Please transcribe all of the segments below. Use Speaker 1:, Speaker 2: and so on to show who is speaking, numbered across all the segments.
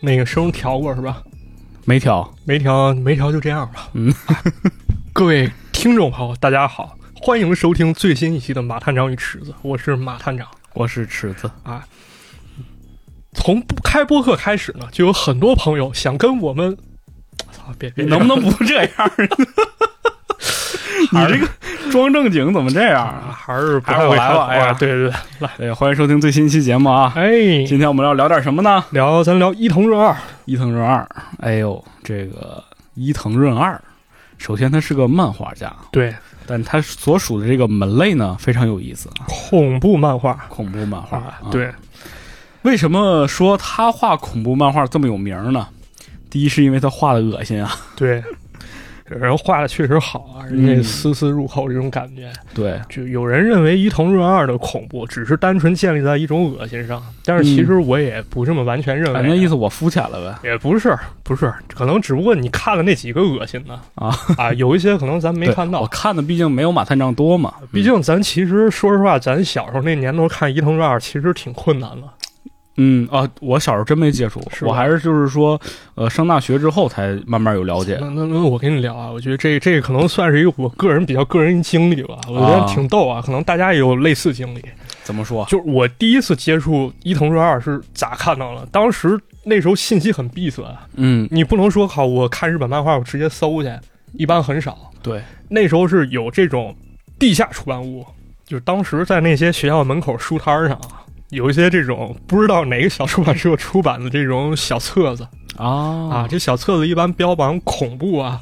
Speaker 1: 那个声调过是吧？
Speaker 2: 没调，
Speaker 1: 没调，没调就这样吧。
Speaker 2: 嗯，
Speaker 1: 各位听众朋友，大家好，欢迎收听最新一期的《马探长与池子》，我是马探长。
Speaker 2: 我是池子。
Speaker 1: 从开播课开始呢，就有很多朋友想跟我们，操，别别，
Speaker 2: 你能不能不这样？ 你这个 装正经怎么这样
Speaker 1: 啊？
Speaker 2: 啊？
Speaker 1: 还是不
Speaker 2: 还是
Speaker 1: 太
Speaker 2: 我
Speaker 1: 会
Speaker 2: 来
Speaker 1: 开
Speaker 2: 吧
Speaker 1: 口
Speaker 2: 哎呀
Speaker 1: 啊对对对，
Speaker 2: 对，欢迎收听最新一期节目啊！
Speaker 1: 哎，
Speaker 2: 今天我们要聊点什么呢？
Speaker 1: 聊咱聊伊藤润二，
Speaker 2: 伊藤润二。哎呦，这个伊藤润二，首先他是个漫画家，
Speaker 1: 对，
Speaker 2: 但他所属的这个门类呢非常有意思啊，
Speaker 1: 恐怖漫画
Speaker 2: 恐怖漫画。
Speaker 1: 啊
Speaker 2: 啊，
Speaker 1: 对，
Speaker 2: 为什么说他画恐怖漫画这么有名呢？第一是因为他画的恶心啊，
Speaker 1: 对。人画的确实好啊，人家
Speaker 2: 嗯
Speaker 1: 丝丝入扣这种感觉，
Speaker 2: 对，
Speaker 1: 就有人认为伊藤润二的恐怖只是单纯建立在一种恶心上，但是
Speaker 2: 嗯
Speaker 1: 其实我也不这么完全认为啊，
Speaker 2: 反正意思我肤浅了呗。
Speaker 1: 也不是，不是，可能只不过你看了那几个恶心的
Speaker 2: 啊
Speaker 1: 啊，有一些可能咱没
Speaker 2: 对
Speaker 1: 看
Speaker 2: 我
Speaker 1: 到。
Speaker 2: 看的毕竟没有马探长多嘛，嗯
Speaker 1: 毕竟咱其实说实话，咱小时候那年头看伊藤润二其实挺困难的。
Speaker 2: 嗯啊，我小时候真没接触，
Speaker 1: 是吧
Speaker 2: 我还是就是说，呃，上大学之后才慢慢有了解。
Speaker 1: 那那那我跟你聊啊，我觉得这这可能算是一个我个人比较个人经历吧，我觉
Speaker 2: 啊
Speaker 1: 得挺逗啊，可能大家也有类似经历。
Speaker 2: 怎么说？
Speaker 1: 就是我第一次接触伊藤润二是咋看到了？当时那时候信息很闭塞，啊
Speaker 2: 嗯，
Speaker 1: 你不能说好我看日本漫画我直接搜去，一般很少。
Speaker 2: 对，
Speaker 1: 那时候是有这种地下出版物，就是当时在那些学校门口书摊儿上啊，有一些这种不知道哪个小出版社出版的这种小册子
Speaker 2: 啊
Speaker 1: 啊，这小册子一般标榜恐怖啊，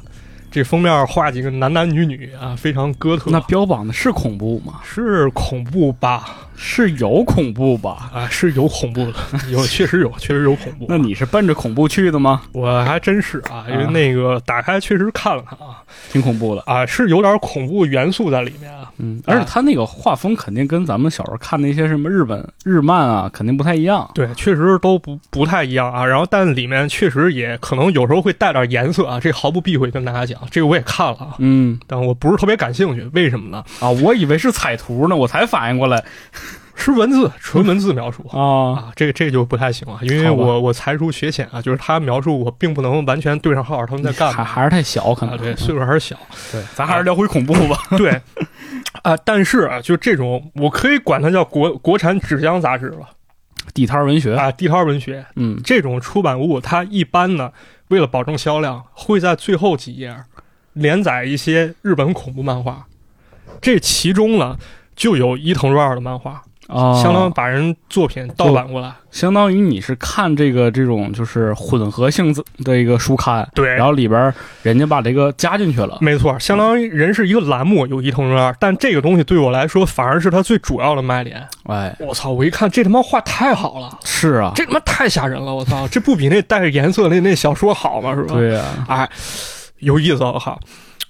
Speaker 1: 这封面画几个男男女女啊，非常哥特。
Speaker 2: 那标榜的是恐怖吗？
Speaker 1: 是恐怖吧？
Speaker 2: 是有恐怖吧？
Speaker 1: 啊，是有恐怖的，有确实有，确实有恐怖。
Speaker 2: 那你是奔着恐怖去的吗？
Speaker 1: 我还真是啊，因为那个打开确实看了看啊，
Speaker 2: 挺恐怖的，
Speaker 1: 啊是有点恐怖元素在里面啊。
Speaker 2: 嗯，而且他那个画风肯定跟咱们小时候看那些什么日本日漫啊，肯定不太一样。
Speaker 1: 对，确实都不不太一样啊。然后，但里面确实也可能有时候会带点颜色啊，这毫不避讳跟大家讲。这个我也看了啊，
Speaker 2: 嗯
Speaker 1: 但我不是特别感兴趣，为什么呢？
Speaker 2: 啊，我以为是彩图呢，我才反应过来
Speaker 1: 是文字，纯文字描述
Speaker 2: 啊。
Speaker 1: 啊，这个这个就不太行了，因为
Speaker 2: 好吧
Speaker 1: 我我才疏学浅啊，就是他描述我并不能完全对上号儿他们在干
Speaker 2: 还
Speaker 1: 嘛。
Speaker 2: 还是太小，可能、
Speaker 1: 啊，对，岁数还是小，
Speaker 2: 对，咱还是聊回恐怖 吧。
Speaker 1: 对，啊、但是啊，就这种，我可以管它叫国国产纸浆杂志吧，
Speaker 2: 地摊儿文学，
Speaker 1: 啊，地摊儿文学，
Speaker 2: 嗯，
Speaker 1: 这种出版物，它一般呢，为了保证销量，会在最后几页连载一些日本恐怖漫画。这其中呢，就有伊藤润二的漫画，
Speaker 2: 啊，
Speaker 1: 相当于把人作品盗版过来。
Speaker 2: 相当于你是看这个这种就是混合性质的一个书刊，
Speaker 1: 对
Speaker 2: 然后里边儿人家把这个加进去了，
Speaker 1: 没错，相当于人是一个栏目有伊藤润二，但这个东西对我来说反而是它最主要的卖点。
Speaker 2: 哎，
Speaker 1: 我操！我一看这他妈画太好了，
Speaker 2: 是啊，
Speaker 1: 这他妈太吓人了！我操，这不比那带着颜色的那那小说好吗？是吧？
Speaker 2: 对呀，
Speaker 1: 哎，有意思啊我靠！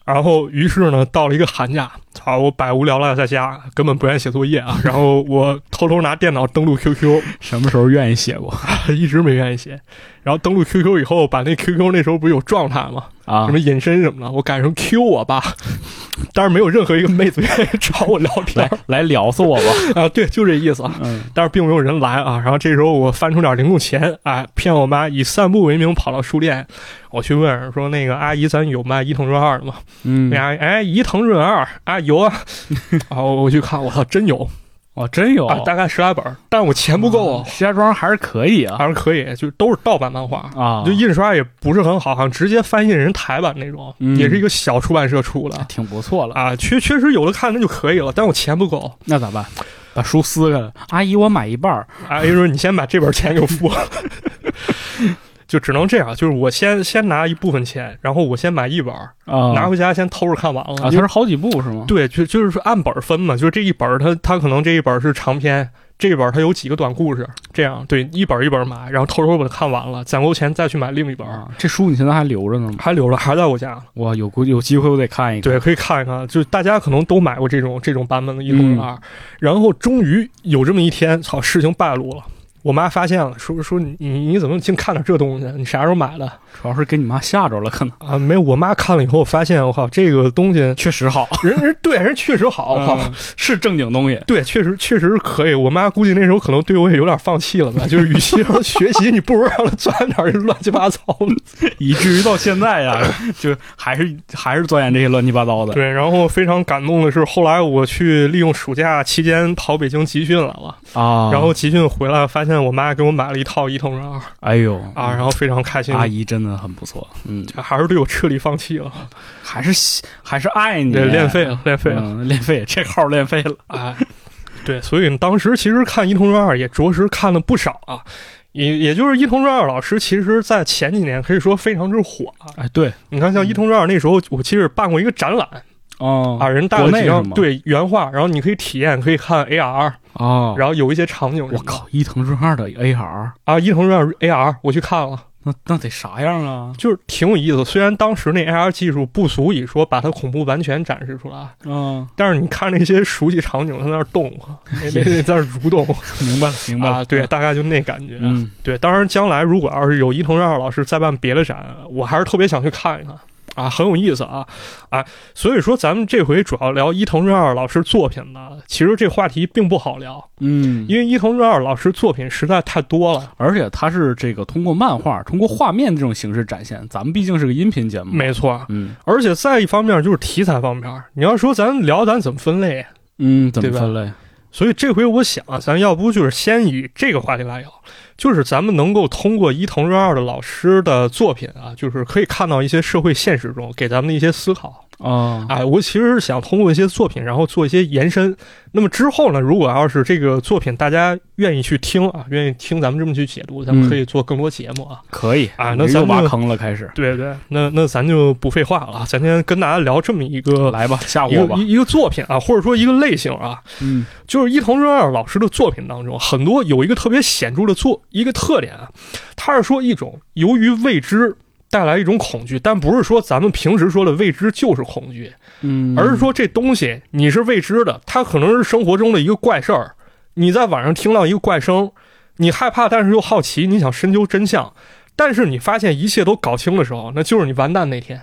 Speaker 1: 然后于是呢，到了一个寒假，操，我百无聊赖在家，根本不愿意写作业 啊。然后我偷偷拿电脑登录 QQ，
Speaker 2: 什么时候愿意写过
Speaker 1: 一直没愿意写。然后登录 QQ 以后，把那 QQ 那时候不是有状态吗？
Speaker 2: 啊
Speaker 1: 什？么隐身什么的，我改成 Q 我爸，但是没有任何一个妹子愿意找我聊天
Speaker 2: 来来聊死我吧，
Speaker 1: 啊。对，就这意思啊。
Speaker 2: 嗯，
Speaker 1: 但是并没有人来啊。然后这时候我翻出点零用钱，啊，骗我妈以散步为名跑到书店，我去问说那个阿姨，咱有卖伊藤润二的吗？
Speaker 2: 嗯
Speaker 1: 那，阿姨哎，伊藤润二啊，有啊。 然后我去看，我操，真有
Speaker 2: 哇，真有，
Speaker 1: 啊，大概十来本儿，但我钱不够啊，
Speaker 2: 石家庄还是可以啊，
Speaker 1: 还是可以，就都是盗版漫画。
Speaker 2: 啊，
Speaker 1: 就印刷也不是很好，好像直接翻印人台版那种，
Speaker 2: 嗯
Speaker 1: 也是一个小出版社出的
Speaker 2: 挺不错了，
Speaker 1: 啊，确确实有的看那就可以了，但我钱不够。
Speaker 2: 那咋办？把书撕开了，阿姨，我买一半儿，
Speaker 1: 阿啊姨说：“你先把这本钱给我付了。” 就只能这样，就是我先先拿一部分钱，然后我先买一本儿，
Speaker 2: 啊，
Speaker 1: 拿回家先偷着看完了。
Speaker 2: 啊，它
Speaker 1: 因为
Speaker 2: 是好几部是吗？
Speaker 1: 对，就就是说按本儿分嘛，就是这一本儿它它可能这一本儿是长篇，这一本儿它有几个短故事，这样对一本儿一本儿买，然后偷偷把它看完了，攒够钱再去买另一本儿，
Speaker 2: 啊，这书你现在还留着呢吗？
Speaker 1: 还留着，还在我家。
Speaker 2: 哇，有估有机会我得看一看。
Speaker 1: 对，可以看一看，就是大家可能都买过啊这种这种版本的一六二，然后终于有这么一天，操，事情败露了。我妈发现了，说说你你你怎么净看点这东西？你啥时候买的
Speaker 2: 主要是给你妈吓着了，可能
Speaker 1: 啊？没有，我妈看了以后发现，我靠，这个东西
Speaker 2: 确实好，
Speaker 1: 人人对人确实好，我靠、
Speaker 2: 嗯是正经东 西。
Speaker 1: 对，确实确实可以。我妈估计那时候可能对我也有点放弃了吧，就是与其让她学习，你 不如让她钻点儿乱七八糟的。
Speaker 2: 以至于到现在呀， 就还是还是钻研这些乱七八糟的。
Speaker 1: 对，然后非常感动的是，后来我去利用暑假期间跑北京集训来了，
Speaker 2: 啊
Speaker 1: 然后集训回来发现我妈给我买了一套伊藤润二
Speaker 2: 哎呦
Speaker 1: 啊，然后非常开心。啊
Speaker 2: 阿姨真的很不错，嗯，
Speaker 1: 还是对我彻底放弃了，
Speaker 2: 还是喜还是爱你，
Speaker 1: 对，练废了，练废了。
Speaker 2: 嗯，练废，这号练废了。
Speaker 1: 哎，对，所以当时其实看《伊藤润二》也着实看了不少啊。也也就是伊藤润二老师，其实在前几年可以说非常之火啊。
Speaker 2: 哎，对，
Speaker 1: 你看，像伊藤润二那时候，我记得办过一个展览
Speaker 2: 哦
Speaker 1: 啊，人带了
Speaker 2: 国内
Speaker 1: 几张
Speaker 2: 是吗
Speaker 1: 对原画，然后你可以体验，可以看 AR，
Speaker 2: 哦，
Speaker 1: 然后有一些场景。
Speaker 2: 我靠，伊藤润二的 AR，
Speaker 1: 啊！伊藤润二 AR 我去看了，
Speaker 2: 那那得啥样啊？
Speaker 1: 就是挺有意思。虽然当时那 AR 技术不足以说把它恐怖完全展示出来，
Speaker 2: 嗯，
Speaker 1: 但是你看那些熟悉场景，它在那儿动， 那那那在那儿蠕动
Speaker 2: 明白了，明白
Speaker 1: 啊，
Speaker 2: 了。
Speaker 1: 对，，大概就那感觉。啊
Speaker 2: 嗯，
Speaker 1: 对，当然将来如果要是有伊藤润二老师再办别的展，我还是特别想去看一看啊，很有意思啊，啊，所以说咱们这回主要聊伊藤润二老师作品呢，其实这话题并不好聊，
Speaker 2: 嗯，
Speaker 1: 因为伊藤润二老师作品实在太多了。
Speaker 2: 而且它是这个通过漫画、通过画面这种形式展现。咱们毕竟是个音频节目，，
Speaker 1: 没错，啊
Speaker 2: 嗯
Speaker 1: 而且再一方面就是题材方面，你要说咱聊咱怎么分类，
Speaker 2: 嗯，怎么
Speaker 1: 对吧
Speaker 2: 分类？
Speaker 1: 所以这回我想啊，咱要不就是先以这个话题来聊，就是咱们能够通过伊藤润二的老师的作品啊，就是可以看到一些社会现实中给咱们的一些思考。
Speaker 2: 啊
Speaker 1: 哎，我其实是想通过一些作品，然后做一些延伸。那么之后呢，如果要是这个作品大家愿意去听啊，愿意听咱们这么去解读，
Speaker 2: 嗯
Speaker 1: 咱们可以做更多节目啊。
Speaker 2: 可以
Speaker 1: 啊那
Speaker 2: 你
Speaker 1: 咱
Speaker 2: 又
Speaker 1: 们
Speaker 2: 挖坑了，开始
Speaker 1: 对对，那那咱就不废话了啊，咱先跟大家聊这么一个
Speaker 2: 来吧，吓
Speaker 1: 一
Speaker 2: 唬我吧
Speaker 1: 个。一一个作品啊，或者说一个类型啊，
Speaker 2: 嗯
Speaker 1: 就是伊藤润二老师的作品当中，很多有一个特别显著的作一个特点啊，他是说一种由于未知带来一种恐惧，但不是说咱们平时说的未知就是恐惧，
Speaker 2: 嗯，
Speaker 1: 而是说这东西你是未知的，它可能是生活中的一个怪事儿。你在晚上听到一个怪声，你害怕，但是又好奇，你想深究真相，但是你发现一切都搞清的时候，那就是你完蛋那天。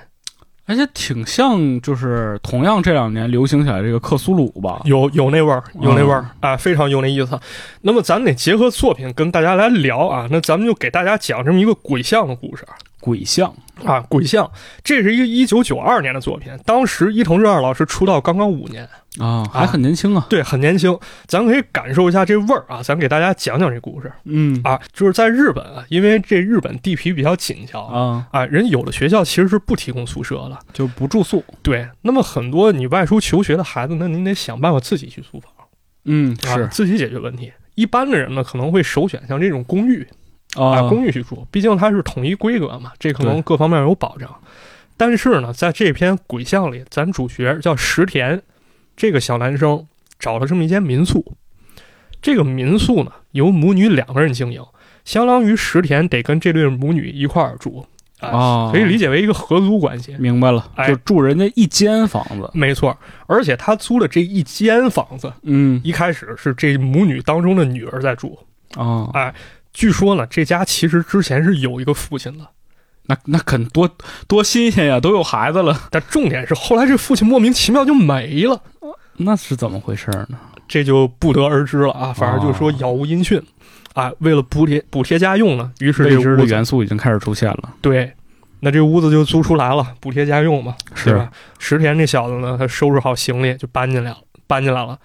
Speaker 2: 而且挺像，就是同样这两年流行起来这个克苏鲁吧。
Speaker 1: 有有那味儿，有那味儿啊，非常有那意思。那么咱们得结合作品跟大家来聊啊，那咱们就给大家讲这么一个鬼像的故事
Speaker 2: 鬼像，
Speaker 1: 啊，鬼像，这是一个一九九二年的作品，当时伊藤润二老师出道刚刚五年，
Speaker 2: 啊，还很年轻啊。
Speaker 1: 对，很年轻，咱可以感受一下这味儿啊，咱给大家讲讲这故事
Speaker 2: 嗯
Speaker 1: 啊，就是在日本啊，因为这日本地皮比较紧俏啊。
Speaker 2: 啊，
Speaker 1: 啊，人有的学校其实是不提供宿舍的，
Speaker 2: 就不住宿。
Speaker 1: 对。那么很多你外出求学的孩子，那您得想办法自己去租房。
Speaker 2: 嗯，
Speaker 1: 啊，
Speaker 2: 是
Speaker 1: 自己解决问题。一般的人呢，可能会首选像这种公寓啊、
Speaker 2: 啊，
Speaker 1: 公寓去住，毕竟它是统一规格嘛，这可
Speaker 2: 对
Speaker 1: 能各方面有保障。但是呢，在这篇《鬼像》里，咱主角叫石田，这个小男生找了这么一间民宿。这个民宿呢，由母女两个人经营，相当于石田得跟这对母女一块儿住啊，
Speaker 2: 啊，
Speaker 1: 可以理解为一个合租关系。
Speaker 2: 明白了，
Speaker 1: 哎
Speaker 2: 就住人家一间房子。
Speaker 1: 没错，而且他租的这一间房子，
Speaker 2: 嗯
Speaker 1: 一开始是这母女当中的女儿在住，
Speaker 2: 啊，
Speaker 1: 据说呢，这家其实之前是有一个父亲的，
Speaker 2: 那那肯多多新鲜呀，都有孩子了，
Speaker 1: 但重点是后来这父亲莫名其妙就没了，
Speaker 2: 那是怎么回事呢？
Speaker 1: 这就不得而知了啊。反正就是说杳无音讯。啊，为了补贴补贴家用呢，于是
Speaker 2: 未
Speaker 1: 这
Speaker 2: 知的
Speaker 1: 屋子
Speaker 2: 元素已经开始出现了。
Speaker 1: 对，那这屋子就租出来了，补贴家用嘛，
Speaker 2: 是
Speaker 1: 对吧？石田这小子呢，他收拾好行李就搬进来了，搬进来了。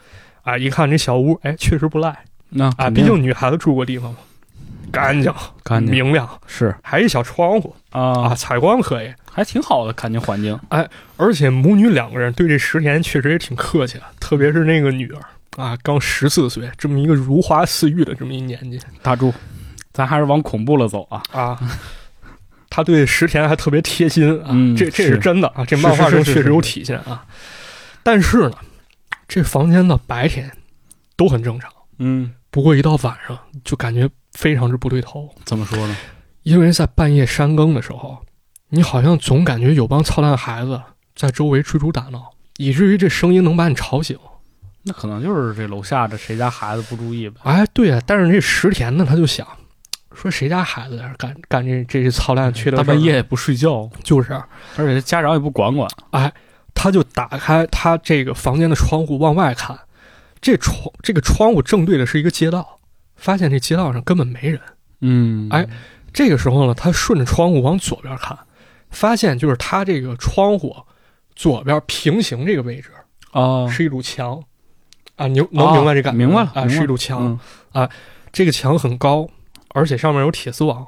Speaker 1: 啊，一看这小屋，哎，确实不赖
Speaker 2: 那
Speaker 1: 啊，
Speaker 2: 肯
Speaker 1: 毕
Speaker 2: 定
Speaker 1: 竟女孩子住过地方嘛，干净、
Speaker 2: 干净
Speaker 1: 明亮，
Speaker 2: 是
Speaker 1: 还一小窗户啊，
Speaker 2: 啊，
Speaker 1: 采光可以。
Speaker 2: 还挺好的，看净环境。
Speaker 1: 而且母女两个人对这石田确实也挺客气的，特别是那个女儿啊，刚十四岁，这么一个如花似玉的这么一年纪
Speaker 2: 大柱，咱还是往恐怖了走啊。
Speaker 1: 啊，她对石田还特别贴心啊，
Speaker 2: 嗯
Speaker 1: 这这
Speaker 2: 是
Speaker 1: 是真的啊，这
Speaker 2: 是
Speaker 1: 漫画
Speaker 2: 是
Speaker 1: 中
Speaker 2: 是
Speaker 1: 确实
Speaker 2: 是
Speaker 1: 有
Speaker 2: 是
Speaker 1: 体现啊。但是呢，这房间的白天都很正常，
Speaker 2: 嗯，
Speaker 1: 不过一到晚上就感觉非常之不对头，
Speaker 2: 怎么说呢？
Speaker 1: 因为在半夜山更的时候，你好像总感觉有帮操蛋孩子在周围追逐打闹，以至于这声音能把你吵醒。
Speaker 2: 那可能就是这楼下这谁家孩子不注意吧。
Speaker 1: 哎，对啊，但是这石田呢，他就想说谁家孩子在这儿干干这这些操蛋缺德
Speaker 2: 大
Speaker 1: 事儿
Speaker 2: 半
Speaker 1: 呢
Speaker 2: 夜也不睡觉，
Speaker 1: 就是，啊
Speaker 2: 而且家长也不管管。
Speaker 1: 他就打开他这个房间的窗户往外看，这窗这个窗户正对着是一个街道，发现这街道上根本没人。
Speaker 2: 嗯
Speaker 1: 哎，这个时候呢，他顺着窗户往左边看，发现就是他这个窗户左边平行这个位置
Speaker 2: 哦，
Speaker 1: 是一堵墙，啊，你能明白这感觉吗？
Speaker 2: 明白了
Speaker 1: 啊，
Speaker 2: 明白
Speaker 1: 是
Speaker 2: 了
Speaker 1: 一堵墙，
Speaker 2: 嗯
Speaker 1: 这个墙很高，而且上面有铁丝网，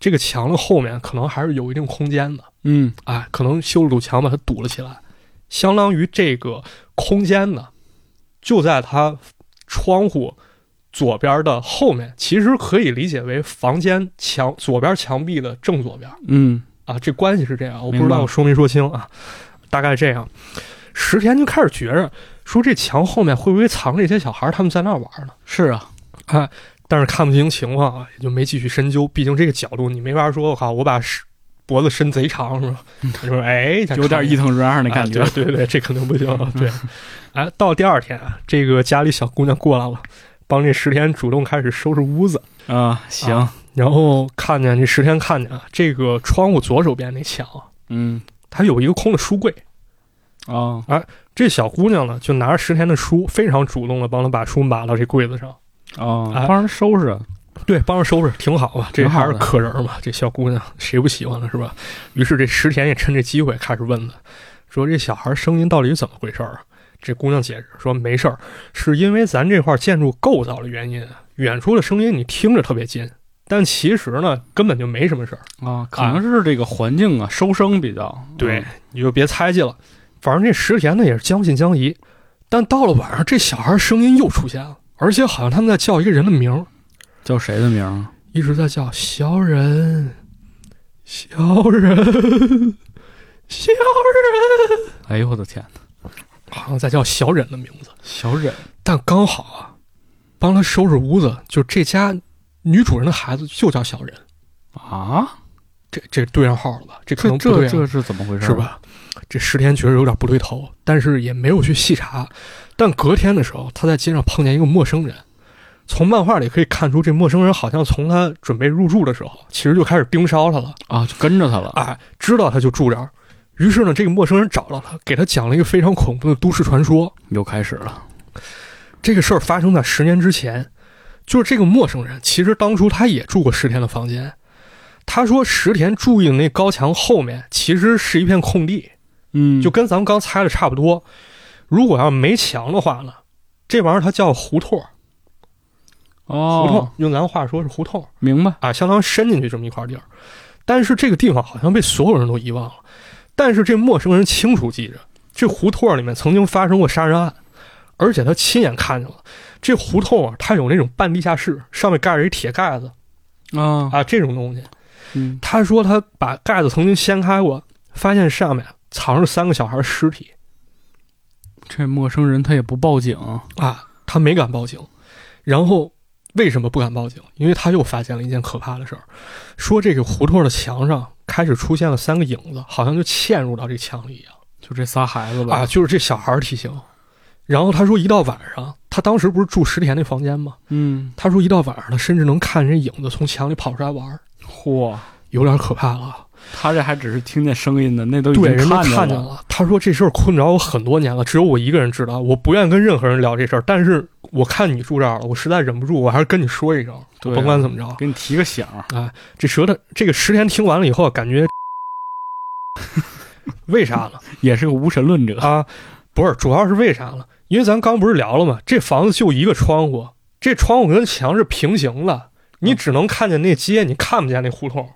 Speaker 1: 这个墙的后面可能还是有一定空间的，
Speaker 2: 嗯，
Speaker 1: 哎，可能修了堵墙把它堵了起来，相当于这个空间呢，就在他窗户左边的后面，其实可以理解为房间墙左边墙壁的正左边。
Speaker 2: 嗯，
Speaker 1: 啊，这关系是这样，我不
Speaker 2: 明白
Speaker 1: 知道我说没说清啊，大概这样。石田就开始觉着，说这墙后面会不会藏着一些小孩儿，他们在那儿玩呢？
Speaker 2: 是啊，
Speaker 1: 但是看不清情况啊，也就没继续深究，毕竟这个角度你没法说，我靠，我把石脖子伸贼长是吧？他说，哎，再
Speaker 2: 嗯有
Speaker 1: 看
Speaker 2: 点
Speaker 1: 一
Speaker 2: 伊藤润二那
Speaker 1: 啊
Speaker 2: 感觉。嗯
Speaker 1: 对对对，这肯定不行啊。对，哎，到第二天啊，这个家里小姑娘过来了，帮这石田主动开始收拾屋子，
Speaker 2: 啊，行
Speaker 1: 啊，然后看见这石田看见啊，这个窗户左手边那墙啊，
Speaker 2: 嗯，
Speaker 1: 它有一个空的书柜。
Speaker 2: 啊，
Speaker 1: 这小姑娘呢，就拿着十年的书，非常主动的帮她把书码到这柜子上，
Speaker 2: 啊
Speaker 1: 哎，
Speaker 2: 帮人收拾，
Speaker 1: 对，帮着收拾，挺好啊。这
Speaker 2: 挺好
Speaker 1: 还
Speaker 2: 的
Speaker 1: 是客人嘛，这小姑娘谁不喜欢了是吧？于是这石田也趁这机会开始问她，说这小孩声音到底是怎么回事儿啊？这姑娘解释说没事儿，是因为咱这块建筑构造的原因，啊远处的声音你听着特别近，但其实呢根本就没什么事儿。
Speaker 2: 啊，可能是这个环境啊，收声比较嗯
Speaker 1: 对，，嗯你就别猜忌了。反正这石田呢也是将信将疑，但到了晚上，这小孩声音又出现了，而且好像他们在叫一个人的名儿，
Speaker 2: 叫谁的名儿啊？
Speaker 1: 一直在叫小人，小人，小人，
Speaker 2: 哎呦我的天，
Speaker 1: 好像在叫小忍的名字。
Speaker 2: 小忍，
Speaker 1: 但刚好啊，帮他收拾屋子，就这家女主人的孩子就叫小忍，
Speaker 2: 啊，
Speaker 1: 这这对上号了吧？这可
Speaker 2: 这
Speaker 1: 能不对、
Speaker 2: 这
Speaker 1: 啊。
Speaker 2: 这是怎么回事？
Speaker 1: 是？吧？这石田觉得有点不对头，但是也没有去细查。但隔天的时候，他在街上碰见一个陌生人。从漫画里可以看出，这陌生人好像从他准备入住的时候，其实就开始盯梢他了。
Speaker 2: 啊，就跟着他了。
Speaker 1: 哎，知道他就住这儿。于是呢，这个陌生人找到他，给他讲了一个非常恐怖的都市传说。
Speaker 2: 又开始了。
Speaker 1: 这个事儿发生在十年之前，就是这个陌生人，其实当初他也住过石田的房间。他说，石田住的那高墙后面其实是一片空地，
Speaker 2: 嗯
Speaker 1: 就跟咱们刚猜的差不多。如果要没墙的话呢，这玩意儿它叫胡同儿，胡同儿
Speaker 2: 哦，
Speaker 1: 用咱话说是胡同儿
Speaker 2: 明白。
Speaker 1: 啊，相当于伸进去这么一块地儿。但是这个地方好像被所有人都遗忘了。但是这陌生人清楚记着，这胡同儿里面曾经发生过杀人案，而且他亲眼看见了。这胡同啊，它有那种半地下室，上面盖着一铁盖子
Speaker 2: 啊，
Speaker 1: 啊，这种东西。
Speaker 2: 嗯，
Speaker 1: 他说他把盖子曾经掀开过，发现上面藏着三个小孩尸体。
Speaker 2: 这陌生人他也不报警，
Speaker 1: 啊，他没敢报警。然后为什么不敢报警？因为他又发现了一件可怕的事儿，说这个胡同的墙上开始出现了三个影子，好像就嵌入到这墙里一样
Speaker 2: 就这仨孩子吧。
Speaker 1: 啊，就是这小孩儿体型。然后他说，一到晚上，他当时不是住石田那房间吗？
Speaker 2: 嗯，
Speaker 1: 他说，一到晚上，他甚至能看见这影子从墙里跑出来玩儿，
Speaker 2: 嚯，
Speaker 1: 有点可怕了。啊
Speaker 2: 他这还只是听见声音呢，那都已经
Speaker 1: 对，人都
Speaker 2: 看
Speaker 1: 看
Speaker 2: 见
Speaker 1: 见
Speaker 2: 了。
Speaker 1: 了。他说这事儿困扰我很多年了，只有我一个人知道，我不愿跟任何人聊这事儿。但是我看你住这儿了，我实在忍不住，我还是跟你说一声，
Speaker 2: 对啊
Speaker 1: 甭管怎么着。
Speaker 2: 给你提个醒儿，
Speaker 1: 这舌头，这个十天听完了以后，感 觉为啥呢？
Speaker 2: 也是个无神论者。
Speaker 1: 啊，不是，主要是为啥呢？因为咱刚不是聊了吗？这房子就一个窗户，这窗户跟墙是平行的，你只能看见那街，你看不见那胡同，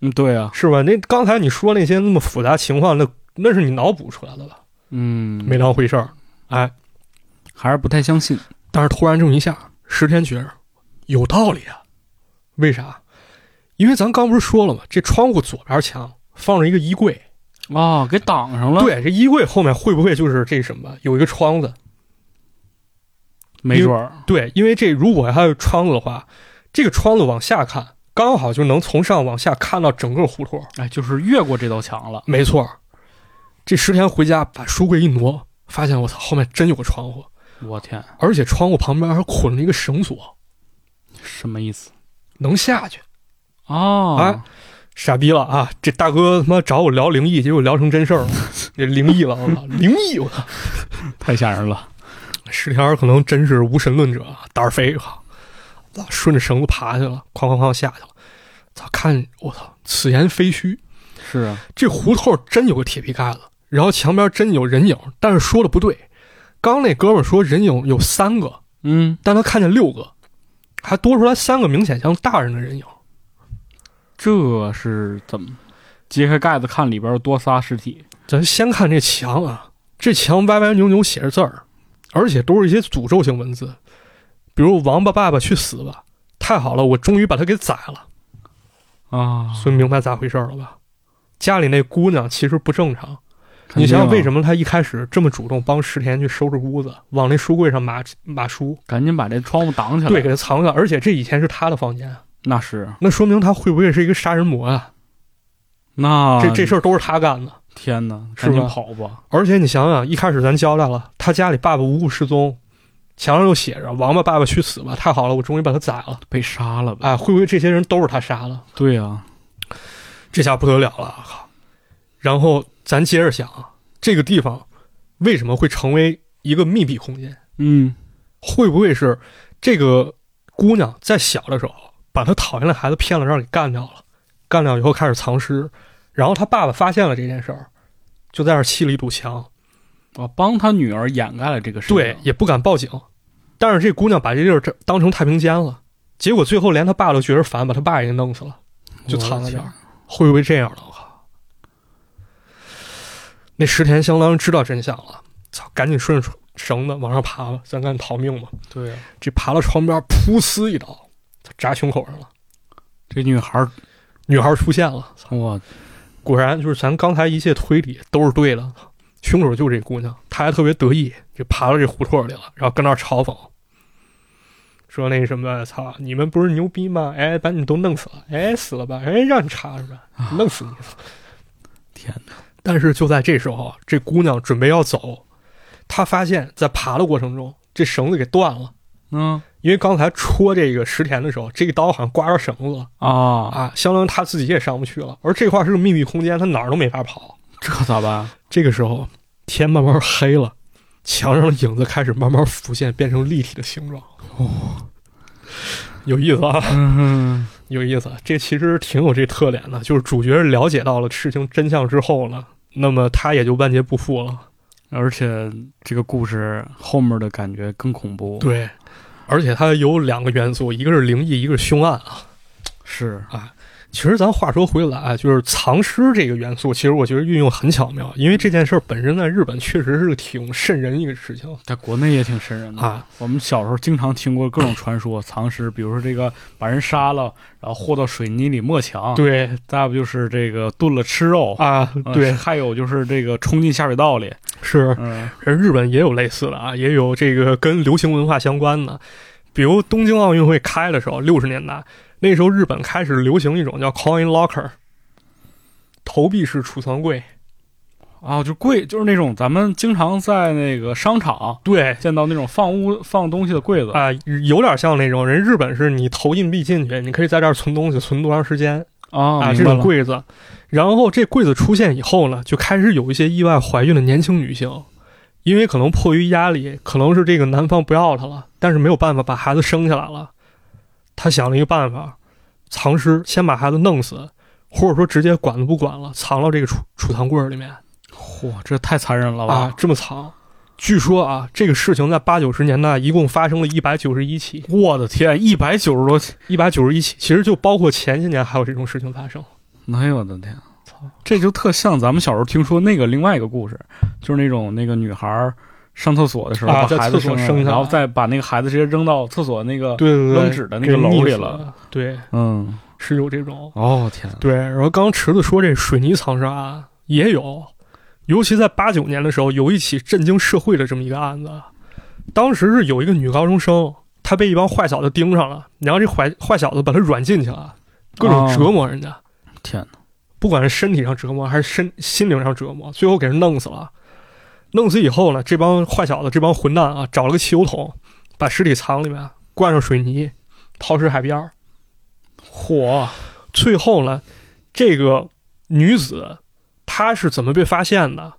Speaker 2: 嗯，对啊，
Speaker 1: 是吧？那刚才你说那些那么复杂情况，那那是你脑补出来的吧？
Speaker 2: 嗯，
Speaker 1: 没当回事儿，哎。
Speaker 2: 还是不太相信。
Speaker 1: 但是突然这么一下，石天觉着有道理啊。为啥？因为咱刚不是说了吗？这窗户左边墙放着一个衣柜，
Speaker 2: 哦，给挡上了。，
Speaker 1: 对，这衣柜后面会不会就是这什么有一个窗子？
Speaker 2: 没准儿。
Speaker 1: 对，因为这如果还有窗子的话，这个窗子往下看，刚好就能从上往下看到整个胡同。
Speaker 2: 哎，就是越过这道墙了。
Speaker 1: 没错儿，这石田回家把书柜一挪，发现我操，后面真有个窗户。
Speaker 2: 我天，
Speaker 1: 而且窗户旁边还捆了一个绳索，
Speaker 2: 什么意思？
Speaker 1: 能下去。
Speaker 2: 哦，
Speaker 1: 哎傻逼了啊！这大哥他妈找我聊灵异，结果聊成真事儿了，这灵异了，我操，灵异！我操，
Speaker 2: 太吓人了。
Speaker 1: 石天儿可能真是无神论者，啊胆儿肥，我靠，操顺着绳子爬去了，哐哐哐下去了。操，看我操，此言非虚，
Speaker 2: 是啊，
Speaker 1: 这胡同真有个铁皮盖子，然后墙边真有人影，但是说的不对。刚那哥们儿说人影有三个，
Speaker 2: 嗯，
Speaker 1: 但他看见六个，还多出来三个明显像大人的人影。
Speaker 2: 这是怎么？揭开盖子看里边有多仨尸体，
Speaker 1: 咱先看这墙啊，这墙歪歪扭扭写着字儿，而且都是一些诅咒性文字，比如“王八爸爸去死吧”，太好了，我终于把他给宰了，
Speaker 2: 啊
Speaker 1: 所以明白咋回事儿了吧？家里那姑娘其实不正常，你
Speaker 2: 啊
Speaker 1: 想想为什么她一开始这么主动帮石田去收拾屋子，往那书柜上码码书，
Speaker 2: 赶紧把这窗户挡起来。
Speaker 1: 对，给，他藏起来，而且这以前是他的房间，
Speaker 2: 那是
Speaker 1: 那说明他会不会是一个杀人魔啊？
Speaker 2: 那
Speaker 1: 这这事儿都是他干的。
Speaker 2: 天哪，
Speaker 1: 是吧
Speaker 2: 赶紧跑吧！
Speaker 1: 而且你想想，一开始咱交代了，他家里爸爸无故失踪，墙上又写着“王八爸爸去死吧”，太好了，我终于把他宰了。
Speaker 2: 被杀了吧？
Speaker 1: 哎，会不会这些人都是他杀的？
Speaker 2: 对啊，
Speaker 1: 这下不得了了，靠！然后咱接着想，啊，这个地方为什么会成为一个密闭空间？
Speaker 2: 嗯，
Speaker 1: 会不会是这个姑娘在小的时候把她讨厌的孩子骗了，让给干掉了？干掉以后开始藏尸，然后她爸爸发现了这件事儿，就在这儿砌了一堵墙，
Speaker 2: 我帮他女儿掩盖了这个事情。
Speaker 1: 对，也不敢报警。但是这姑娘把这地儿这当成太平间了，结果最后连她爸都觉得烦，把她爸也给弄死了，就藏在这
Speaker 2: 我的
Speaker 1: 儿。会不会这样呢？我靠！那石田相当于知道真相了，操，赶紧顺着绳子往上爬吧，咱赶紧逃命吧。
Speaker 2: 对啊，
Speaker 1: 这爬到窗边，噗呲一刀，扎胸口上了。
Speaker 2: 这女孩儿，
Speaker 1: 女孩出现了，操
Speaker 2: 我
Speaker 1: 果然就是咱刚才一切推理都是对的，凶手就是这姑娘，她还特别得意，就爬到这胡同里了，然后跟那儿嘲讽，说那什么，操，你们不是牛逼吗？哎，把你们都弄死了，哎，死了吧，哎，让你查是吧，弄死你！
Speaker 2: 啊 天哪！
Speaker 1: 但是就在这时候，啊这姑娘准备要走，她发现，在爬的过程中，这绳子给断了，
Speaker 2: 嗯
Speaker 1: 因为刚才戳这个石田的时候，这个刀好像刮着绳子了
Speaker 2: 啊，
Speaker 1: 啊，相当于她自己也上不去了，而这块儿是个密闭空间，她哪儿都没法跑。
Speaker 2: 这咋办？
Speaker 1: 这个时候，天慢慢黑了，墙上的影子开始慢慢浮现，变成立体的形状。有意思啊，
Speaker 2: 嗯，
Speaker 1: 有意思。这其实挺有这特点的，就是主角了解到了事情真相之后呢，那么他也就万劫不复了。
Speaker 2: 而且这个故事后面的感觉更恐怖。，
Speaker 1: 对，而且它有两个元素，一个是灵异，一个是凶案啊。
Speaker 2: 是
Speaker 1: 其实咱话说回来啊，就是藏尸这个元素，其实我觉得运用很巧妙，因为这件事儿本身在日本确实是个挺瘆人一个事情
Speaker 2: 在国内也挺瘆人的。
Speaker 1: 啊。
Speaker 2: 我们小时候经常听过各种传说，藏尸，比如说这个把人杀了，然后和到水泥里抹墙，，
Speaker 1: 对
Speaker 2: 再不就是这个炖了吃肉，
Speaker 1: 啊
Speaker 2: 呃，
Speaker 1: 对，
Speaker 2: 还有就是这个冲进下水道里，
Speaker 1: 是
Speaker 2: 嗯，
Speaker 1: 人日本也有类似的啊，也有这个跟流行文化相关的，比如东京奥运会开的时候，六十年代那时候日本开始流行一种叫 coin locker，投币式储藏柜。
Speaker 2: 啊，就柜，就是那种咱们经常在那个商场
Speaker 1: 对
Speaker 2: 见到那种放屋放东西的柜子，
Speaker 1: 啊、有点像那种人日本是你投硬币进去，你可以在这儿存东西，存多长时间
Speaker 2: 啊，
Speaker 1: 啊？这
Speaker 2: 明白
Speaker 1: 种
Speaker 2: 了，
Speaker 1: 柜子。然后这柜子出现以后呢，就开始有一些意外怀孕的年轻女性，因为可能迫于压力，可能是这个男方不要她了，但是没有办法把孩子生下来了，她想了一个办法，藏尸，先把孩子弄死，或者说直接管都不管了，藏到这个储储藏柜里面
Speaker 2: 嚯，这太残忍了吧？
Speaker 1: 啊，这么藏。据说啊，这个事情在八九十年代一共发生了一百九十一起，
Speaker 2: 我的天，一百九十多起，
Speaker 1: 一百九十一起，其实就包括前些年还有这种事情发生。
Speaker 2: 哎呦我的天
Speaker 1: 操！
Speaker 2: 这就特像咱们小时候听说那个另外一个故事，就是那种那个女孩儿上厕所的时候
Speaker 1: 啊
Speaker 2: 把
Speaker 1: 在
Speaker 2: 孩子
Speaker 1: 厕所
Speaker 2: 下
Speaker 1: 生下
Speaker 2: 来，
Speaker 1: 来
Speaker 2: 然后再把那个孩子直接扔到厕所那个
Speaker 1: 对对对，
Speaker 2: 扔纸的那个篓里了。
Speaker 1: 对，
Speaker 2: 嗯，
Speaker 1: 是有这种。
Speaker 2: 哦天哪，
Speaker 1: 对，然后刚刚池子说这水泥藏尸案也有，尤其在八九年的时候，有一起震惊社会的这么一个案子。当时是有一个女高中生，她被一帮坏小子盯上了，然后这坏坏小子把她软禁起来，各种折磨人家，
Speaker 2: 哦天哪，
Speaker 1: 不管是身体上折磨还是身心灵上折磨，最后给人弄死了。弄死以后呢，这帮坏小子、这帮混蛋啊，找了个汽油桶，把尸体藏里面，灌上水泥，抛尸海边儿。
Speaker 2: 嚯，
Speaker 1: 最后呢，这个女子她是怎么被发现的？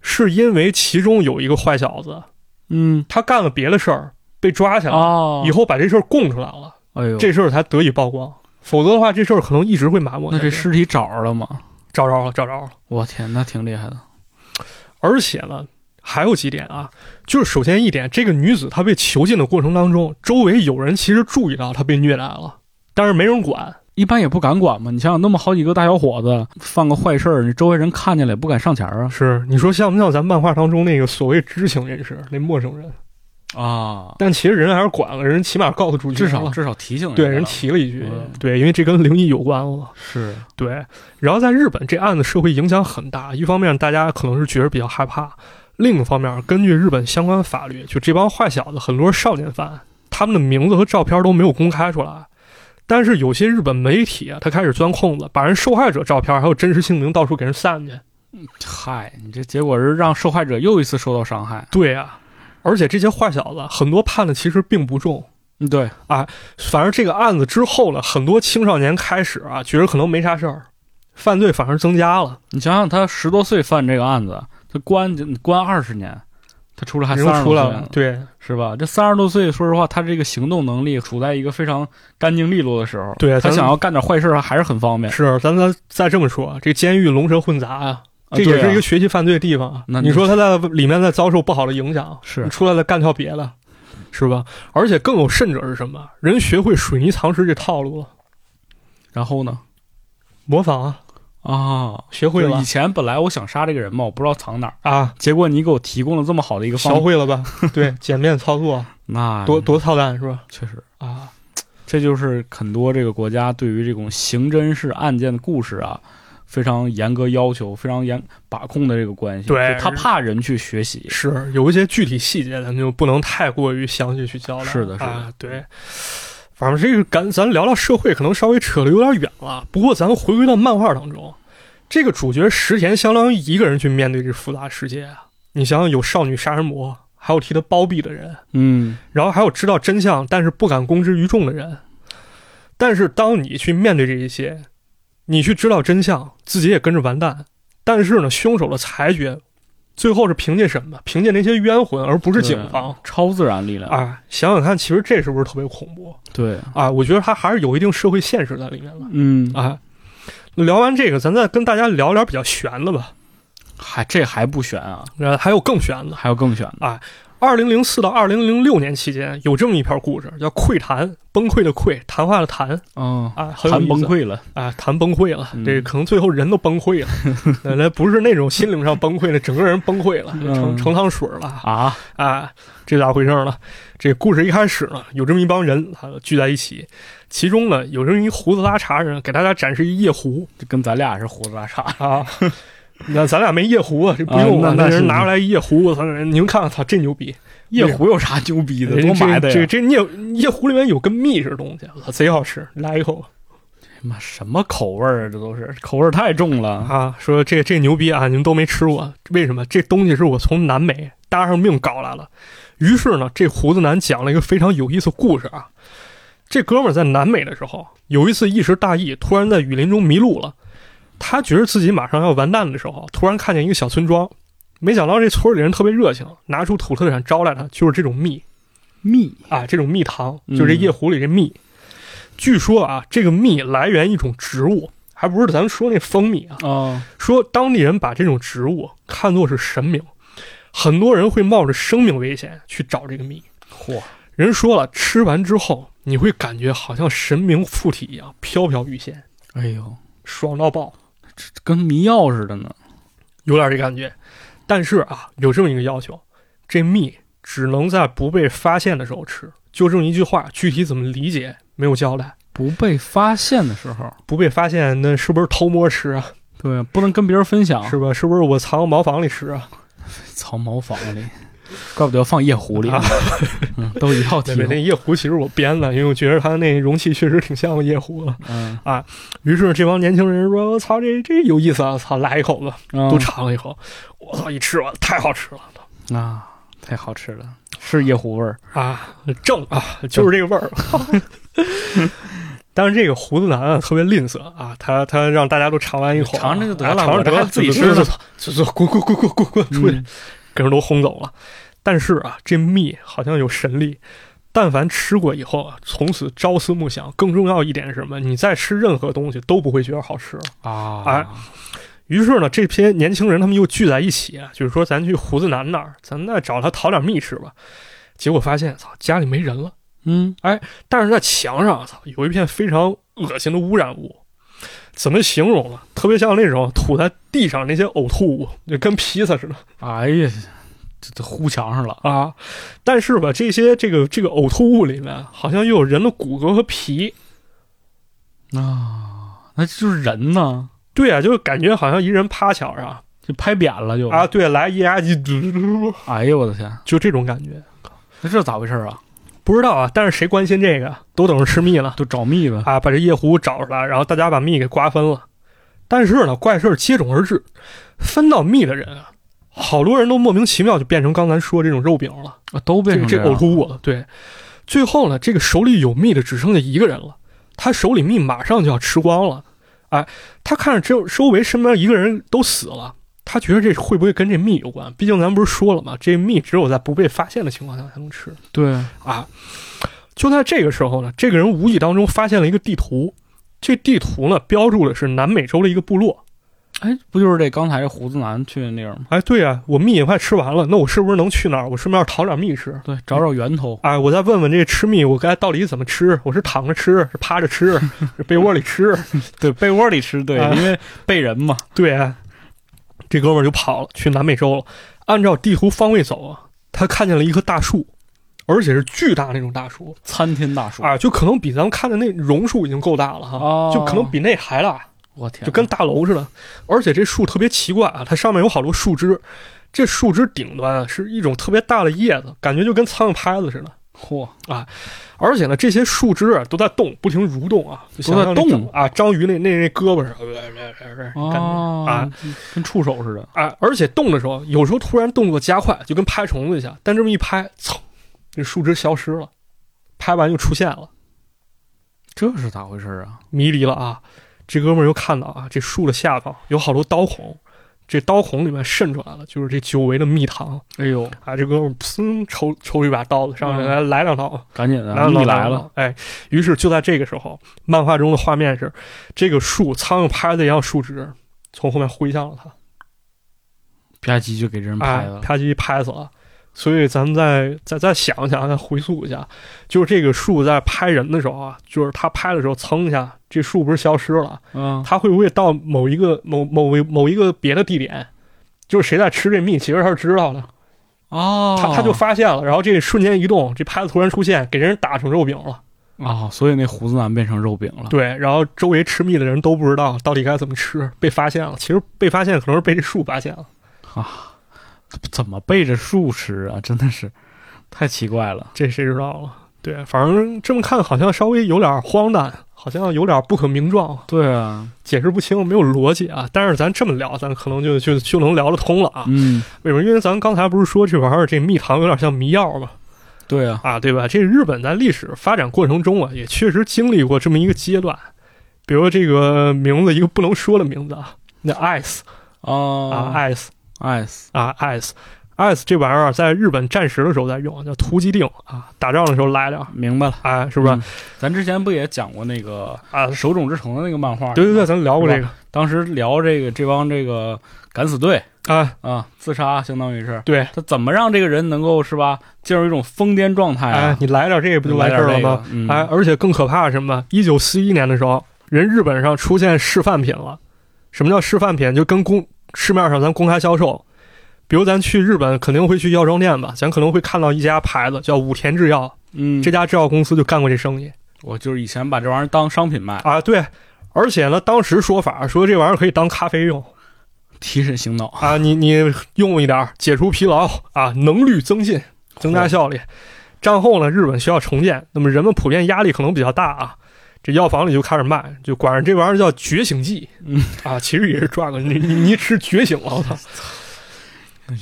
Speaker 1: 是因为其中有一个坏小子，
Speaker 2: 嗯，
Speaker 1: 他干了别的事儿被抓起来，
Speaker 2: 哦，
Speaker 1: 以后把这事儿供出来了，
Speaker 2: 哎呦，
Speaker 1: 这事儿才得以曝光。否则的话，这事儿可能一直会埋没下
Speaker 2: 那
Speaker 1: 去。
Speaker 2: 这尸体找着了吗？
Speaker 1: 找着了，找着了。
Speaker 2: 我天，那挺厉害的。
Speaker 1: 而且呢，还有几点啊，就是首先一点，这个女子她被囚禁的过程当中，周围有人其实注意到她被虐待了，但是没人管。
Speaker 2: 一般也不敢管嘛，你想想，那么好几个大小伙子犯个坏事儿，你周围人看见了也不敢上前儿啊
Speaker 1: 是你说像不像咱漫画当中那个所谓知情人士，那陌生人？
Speaker 2: 啊。啊，
Speaker 1: 但其实人还是管了，人起码告诉主角
Speaker 2: 至少
Speaker 1: 了
Speaker 2: 至少提醒
Speaker 1: 对
Speaker 2: 人
Speaker 1: 人
Speaker 2: 家
Speaker 1: 提了一句，
Speaker 2: 嗯
Speaker 1: 对，因为这跟灵异有关了。
Speaker 2: 是
Speaker 1: 对，然后在日本这案子社会影响很大，一方面大家可能是觉得比较害怕，另一方面根据日本相关法律，就这帮坏小子很多是少年犯，他们的名字和照片都没有公开出来。但是有些日本媒体啊，他开始钻空子，把人受害者照片还有真实姓名到处给人散去。
Speaker 2: 嗨，你这结果是让受害者又一次受到伤害。
Speaker 1: 对啊，而且这些坏小子很多判的其实并不重，
Speaker 2: 嗯，对，
Speaker 1: 反正这个案子之后呢，很多青少年开始啊，觉得可能没啥事儿，犯罪反而增加了，
Speaker 2: 你想想，他十多岁犯这个案子，他关关二十年，他出来还
Speaker 1: 人
Speaker 2: 三十
Speaker 1: 出
Speaker 2: 多
Speaker 1: 来
Speaker 2: 岁
Speaker 1: 了
Speaker 2: 呢，，
Speaker 1: 对
Speaker 2: 是吧？这三十多岁，说实话，他这个行动能力处在一个非常干净利落的时候。
Speaker 1: 对啊
Speaker 2: 他
Speaker 1: 咱
Speaker 2: 想要干点坏事儿还是很方便。
Speaker 1: 是，咱咱再这么说，啊这监狱龙蛇混杂啊，
Speaker 2: 啊
Speaker 1: 这也
Speaker 2: 对啊
Speaker 1: 是一个学习犯罪的地方啊。
Speaker 2: 那
Speaker 1: 你
Speaker 2: 你
Speaker 1: 说他在里面在遭受不好的影响，
Speaker 2: 是
Speaker 1: 你出来再干掉别的，是吧？而且更有甚者是什么？人学会水泥藏尸这套路了，
Speaker 2: 然后呢？
Speaker 1: 模仿啊，
Speaker 2: 啊，
Speaker 1: 学会
Speaker 2: 就
Speaker 1: 了
Speaker 2: 以前本来我想杀这个人嘛，我不知道藏哪儿，
Speaker 1: 啊，
Speaker 2: 结果你给我提供了这么好的一个
Speaker 1: 学
Speaker 2: 方法，啊
Speaker 1: 会了吧？ 对，简便操作，
Speaker 2: 那
Speaker 1: 多多操蛋是吧？
Speaker 2: 确实，
Speaker 1: 啊，
Speaker 2: 这就是很多这个国家对于这种刑侦式案件的故事啊，非常严格要求、非常严把控的这个关系。
Speaker 1: 对
Speaker 2: 就他怕人去学习。
Speaker 1: 是有一些具体细节，咱就不能太过于详细去交代。
Speaker 2: 是的是的
Speaker 1: 啊，对。反正这个咱咱聊到社会，可能稍微扯得有点远了。不过咱回归到漫画当中，这个主角石田相当于一个人去面对这复杂世界啊。你想想，有少女杀人魔，还有替他包庇的人，
Speaker 2: 嗯，
Speaker 1: 然后还有知道真相但是不敢公之于众的人。但是当你去面对这一些，你去知道真相，自己也跟着完蛋。但是呢，凶手的裁决，最后是凭借什么？凭借那些冤魂，而不是警方
Speaker 2: 对超自然力量。
Speaker 1: 啊！想想看，其实这是不是特别恐怖
Speaker 2: 对，
Speaker 1: 啊？我觉得它还是有一定社会现实在里面的
Speaker 2: 嗯，
Speaker 1: 啊。聊完这个，咱再跟大家聊聊比较悬的吧。
Speaker 2: 还这还不悬啊，
Speaker 1: 然后还有更悬的。
Speaker 2: 还有更悬的。
Speaker 1: 二零零四到二零零六年期间，有这么一篇故事，叫《溃谈》，崩溃的溃，谈话的谈
Speaker 2: 嗯，
Speaker 1: 啊，很有
Speaker 2: 谈
Speaker 1: 意思
Speaker 2: 崩溃了。
Speaker 1: 啊，谈崩溃了，
Speaker 2: 嗯
Speaker 1: 这可能最后人都崩溃了，呃那、不是那种心灵上崩溃了，整个人崩溃了，
Speaker 2: 嗯
Speaker 1: 成成汤水了
Speaker 2: 啊，
Speaker 1: 啊，这咋回事呢？这故事一开始呢，有这么一帮人啊聚在一起，其中呢有这么一胡子拉碴人，给大家展示一夜壶
Speaker 2: 这跟咱俩是胡子拉 碴。
Speaker 1: 啊。那咱俩没夜壶啊，这不用
Speaker 2: 啊
Speaker 1: 啊。
Speaker 2: 那那是
Speaker 1: 人拿出来一夜壶，我操！你们看看，操，这牛逼！
Speaker 2: 夜壶有啥牛逼的？
Speaker 1: 这
Speaker 2: 多埋的
Speaker 1: 这
Speaker 2: 呀！
Speaker 1: 这这夜夜壶里面有跟蜜似的东西，我贼好吃，来一口。
Speaker 2: 他妈什么口味儿啊？这都是口味儿太重了。
Speaker 1: 啊，说这这牛逼啊，你们都没吃过，为什么？这东西是我从南美搭上命搞来了。于是呢，这胡子男讲了一个非常有意思的故事啊。这哥们儿在南美的时候，有一次一时大意，突然在雨林中迷路了。他觉得自己马上要完蛋的时候，突然看见一个小村庄，没想到这村里人特别热情，拿出土特产招待他，就是这种蜜
Speaker 2: 蜜
Speaker 1: 啊，这 种蜜糖，
Speaker 2: 嗯
Speaker 1: 就是这夜壶里这蜜。据说啊，这个蜜来源一种植物，还不是咱们说那蜂蜜啊，
Speaker 2: 啊，
Speaker 1: 说当地人把这种植物看作是神明，啊很多人会冒着生命危险去找这个蜜。
Speaker 2: 嚯！
Speaker 1: 人说了，吃完之后你会感觉好像神明附体一样，飘飘欲仙，
Speaker 2: 哎呦，
Speaker 1: 爽到爆，
Speaker 2: 跟迷药似的呢。
Speaker 1: 有点这感觉。但是啊，有这么一个要求，这蜜只能在不被发现的时候吃。就这么一句话，具体怎么理解没有交代。
Speaker 2: 不被发现的时候，
Speaker 1: 不被发现，那是不是偷摸吃啊？
Speaker 2: 对，不能跟别人分享，
Speaker 1: 是吧？是不是我藏茅房里吃 啊？
Speaker 2: 藏茅房里，怪不得放夜壶里，
Speaker 1: 啊
Speaker 2: 嗯，都一套题
Speaker 1: 对对，那夜壶其实我编的，因为我觉得它那容器确实挺像夜壶的。
Speaker 2: 嗯，
Speaker 1: 于是这帮年轻人说：“我操，这这有意思啊！操，来一口子，
Speaker 2: 都
Speaker 1: 都尝了一口。我操，一吃我太好吃了，操
Speaker 2: 啊，太好吃了，是夜壶味儿。
Speaker 1: 啊，正啊，就是这个味儿。但是这个胡子男啊，特别吝啬啊，他他让大家都尝完一口啊，
Speaker 2: 尝着就得了
Speaker 1: 啊尝
Speaker 2: 我
Speaker 1: 着
Speaker 2: 这
Speaker 1: 得了，
Speaker 2: 还自己
Speaker 1: 走
Speaker 2: 吃呢
Speaker 1: 走走走走滚滚滚滚滚滚出去，给人都轰走了。但是啊，这蜜好像有神力，但凡吃过以后啊，从此朝思暮想。更重要一点是什么？你再吃任何东西都不会觉得好吃了。
Speaker 2: 啊，
Speaker 1: 哎于是呢，这些年轻人他们又聚在一起啊，就是说咱去胡子男那儿，咱再找他讨点蜜吃吧。结果发现，操，家里没人了。
Speaker 2: 嗯，
Speaker 1: 但是在墙上，操，有一片非常恶心的污染物，怎么形容啊？特别像那种吐在地上那些呕吐物，就跟披萨似的
Speaker 2: 哎呀，这这糊墙上了，
Speaker 1: 啊。但是吧，这些这个这个呕吐物里面，好像又有人的骨骼和皮。
Speaker 2: 啊那就是人呢，
Speaker 1: 对啊，就是感觉好像一人趴墙上
Speaker 2: 就拍扁了就。
Speaker 1: 啊，对，来一压机，
Speaker 2: 哎呦我的天，
Speaker 1: 就这种感觉。
Speaker 2: 那这咋回事啊？
Speaker 1: 不知道啊，但是谁关心这个？都等着吃蜜了。
Speaker 2: 都找蜜呗。
Speaker 1: 啊，把这夜壶找出来，然后大家把蜜给瓜分了。但是呢，怪事儿接踵而至，分到蜜的人啊，好多人都莫名其妙就变成刚才说这种肉饼了，
Speaker 2: 啊都变
Speaker 1: 这
Speaker 2: 成
Speaker 1: 这
Speaker 2: 样
Speaker 1: 呕吐物了。对，最后呢，这个手里有蜜的只剩下一个人了，他手里蜜马上就要吃光了。哎，他看着只有周围身边一个人都死了，他觉得这会不会跟这蜜有关？毕竟咱不是说了吗？这蜜只有在不被发现的情况下才能吃。
Speaker 2: 对，
Speaker 1: 啊。就在这个时候呢，这个人无意当中发现了一个地图，这地图呢标注的是南美洲的一个部落。
Speaker 2: 哎，不就是这刚才这胡子男去的那儿吗？
Speaker 1: 哎，对啊，我蜜也快吃完了，那我是不是能去那儿？我顺便讨点蜜吃？
Speaker 2: 对，找找源头。
Speaker 1: 哎，我再问问这吃蜜我该到底怎么吃？我是躺着吃，是趴着吃，是被窝里吃？
Speaker 2: 对，被窝里吃， 对
Speaker 1: 啊
Speaker 2: 因为被人嘛。
Speaker 1: 对啊，这哥们儿就跑了，去南美洲了。按照地图方位走啊，他看见了一棵大树，而且是巨大那种大树
Speaker 2: 参天大树，
Speaker 1: 啊，就可能比咱们看的那榕树已经够大了哈，
Speaker 2: 哦
Speaker 1: 就可能比那还大。
Speaker 2: 我天，
Speaker 1: 就跟大楼似的。而且这树特别奇怪啊，它上面有好多树枝，这树枝顶端啊是一种特别大的叶子，感觉就跟苍蝇拍子似的。
Speaker 2: 嚯，
Speaker 1: 而且呢，这些树枝啊都在动，不停蠕动啊，就
Speaker 2: 都在
Speaker 1: 像那种
Speaker 2: 动
Speaker 1: 啊，章鱼那那那胳膊似的，感觉啊
Speaker 2: 啊，跟触手似的，
Speaker 1: 啊，而且动的时候，有时候突然动作加快，就跟拍虫子一下，但这么一拍，噌，这树枝消失了，拍完又出现了，
Speaker 2: 这是咋回事啊？
Speaker 1: 迷离了啊。这哥们儿又看到啊，这树的下方有好多刀孔，这刀孔里面渗出来了，就是这久违的蜜糖。
Speaker 2: 哎呦，
Speaker 1: 啊，这哥们儿噌抽抽出一把刀子，上来
Speaker 2: 嗯
Speaker 1: 来来两刀，
Speaker 2: 赶紧
Speaker 1: 来
Speaker 2: 的，
Speaker 1: 两刀
Speaker 2: 你来了，。
Speaker 1: 哎，于是就在这个时候，漫画中的画面是这个树苍蝇拍的一样树枝从后面挥向了他，
Speaker 2: 吧唧就给这人嗯拍
Speaker 1: 哎，
Speaker 2: 了。
Speaker 1: 啪叽拍死了。所以咱们再再再想想，再回溯一下，就是这个树在拍人的时候啊，就是它拍的时候蹭一下，这树不是消失了？
Speaker 2: 嗯，
Speaker 1: 它会不会到某一个某某某某一个别的地点？就是谁在吃这蜜，其实他是知道的。
Speaker 2: 哦，
Speaker 1: 他他就发现了，然后这瞬间移动，这拍子突然出现，给人打成肉饼了。
Speaker 2: 啊，所以那胡子男变成肉饼了。
Speaker 1: 对，然后周围吃蜜的人都不知道到底该怎么吃，被发现了。其实被发现可能是被这树发现了。
Speaker 2: 怎么背着树吃啊？ 真的是太奇怪了。
Speaker 1: 这谁知道了？对，反正这么看好像稍微有点荒诞，好像有点不可名状，
Speaker 2: 对啊，
Speaker 1: 解释不清，没有逻辑啊。但是咱这么聊，咱可能就就就能聊得通了啊。
Speaker 2: 嗯，
Speaker 1: 为什么？因为咱刚才不是说这玩意儿这蜜糖有点像迷药嘛，
Speaker 2: 对啊，
Speaker 1: 啊，对吧？这日本在历史发展过程中啊，也确实经历过这么一个阶段，比如这个名字一个不能说的名字啊，那 ice 啊
Speaker 2: 哦
Speaker 1: ，ice
Speaker 2: ，ice，
Speaker 1: 啊，ice ice 这玩意儿在日本战时的时候在用，叫突击定啊，打仗的时候来点儿，
Speaker 2: 明白了，
Speaker 1: 哎，是不是、
Speaker 2: 嗯咱之前不也讲过那个
Speaker 1: 啊？
Speaker 2: 《手冢治虫》的那个漫画？
Speaker 1: 对对对，，咱聊过这个
Speaker 2: 当时聊这个这帮这个敢死队
Speaker 1: 啊，
Speaker 2: 啊，自杀相当于是
Speaker 1: 对，
Speaker 2: 他怎么让这个人能够是吧进入一种疯癫状态
Speaker 1: 哎
Speaker 2: 啊，？
Speaker 1: 你来点儿这个不就完
Speaker 2: 来
Speaker 1: 事
Speaker 2: 点
Speaker 1: 儿了
Speaker 2: 这
Speaker 1: 吗？
Speaker 2: 个？嗯
Speaker 1: 哎，，而且更可怕的是什么？一九四一年的时候，人日本上出现示范品了。什么叫示范品？就跟公市面上咱公开销售，比如咱去日本肯定会去药妆店吧，咱可能会看到一家牌子叫武田制药，
Speaker 2: 嗯，
Speaker 1: 这家制药公司就干过这生意
Speaker 2: 我就是以前把这玩意儿当商品卖，
Speaker 1: 啊。对，而且呢，当时说法说这玩意儿可以当咖啡用
Speaker 2: 提神醒脑，
Speaker 1: 啊，你你用一点儿解除疲劳啊，能率增进，增加效率。战后呢，日本需要重建，那么人们普遍压力可能比较大啊，这药房里就开始卖，就管这玩意儿叫觉醒剂，
Speaker 2: 嗯
Speaker 1: 啊，其实也是赚个你你你一吃觉醒了，我操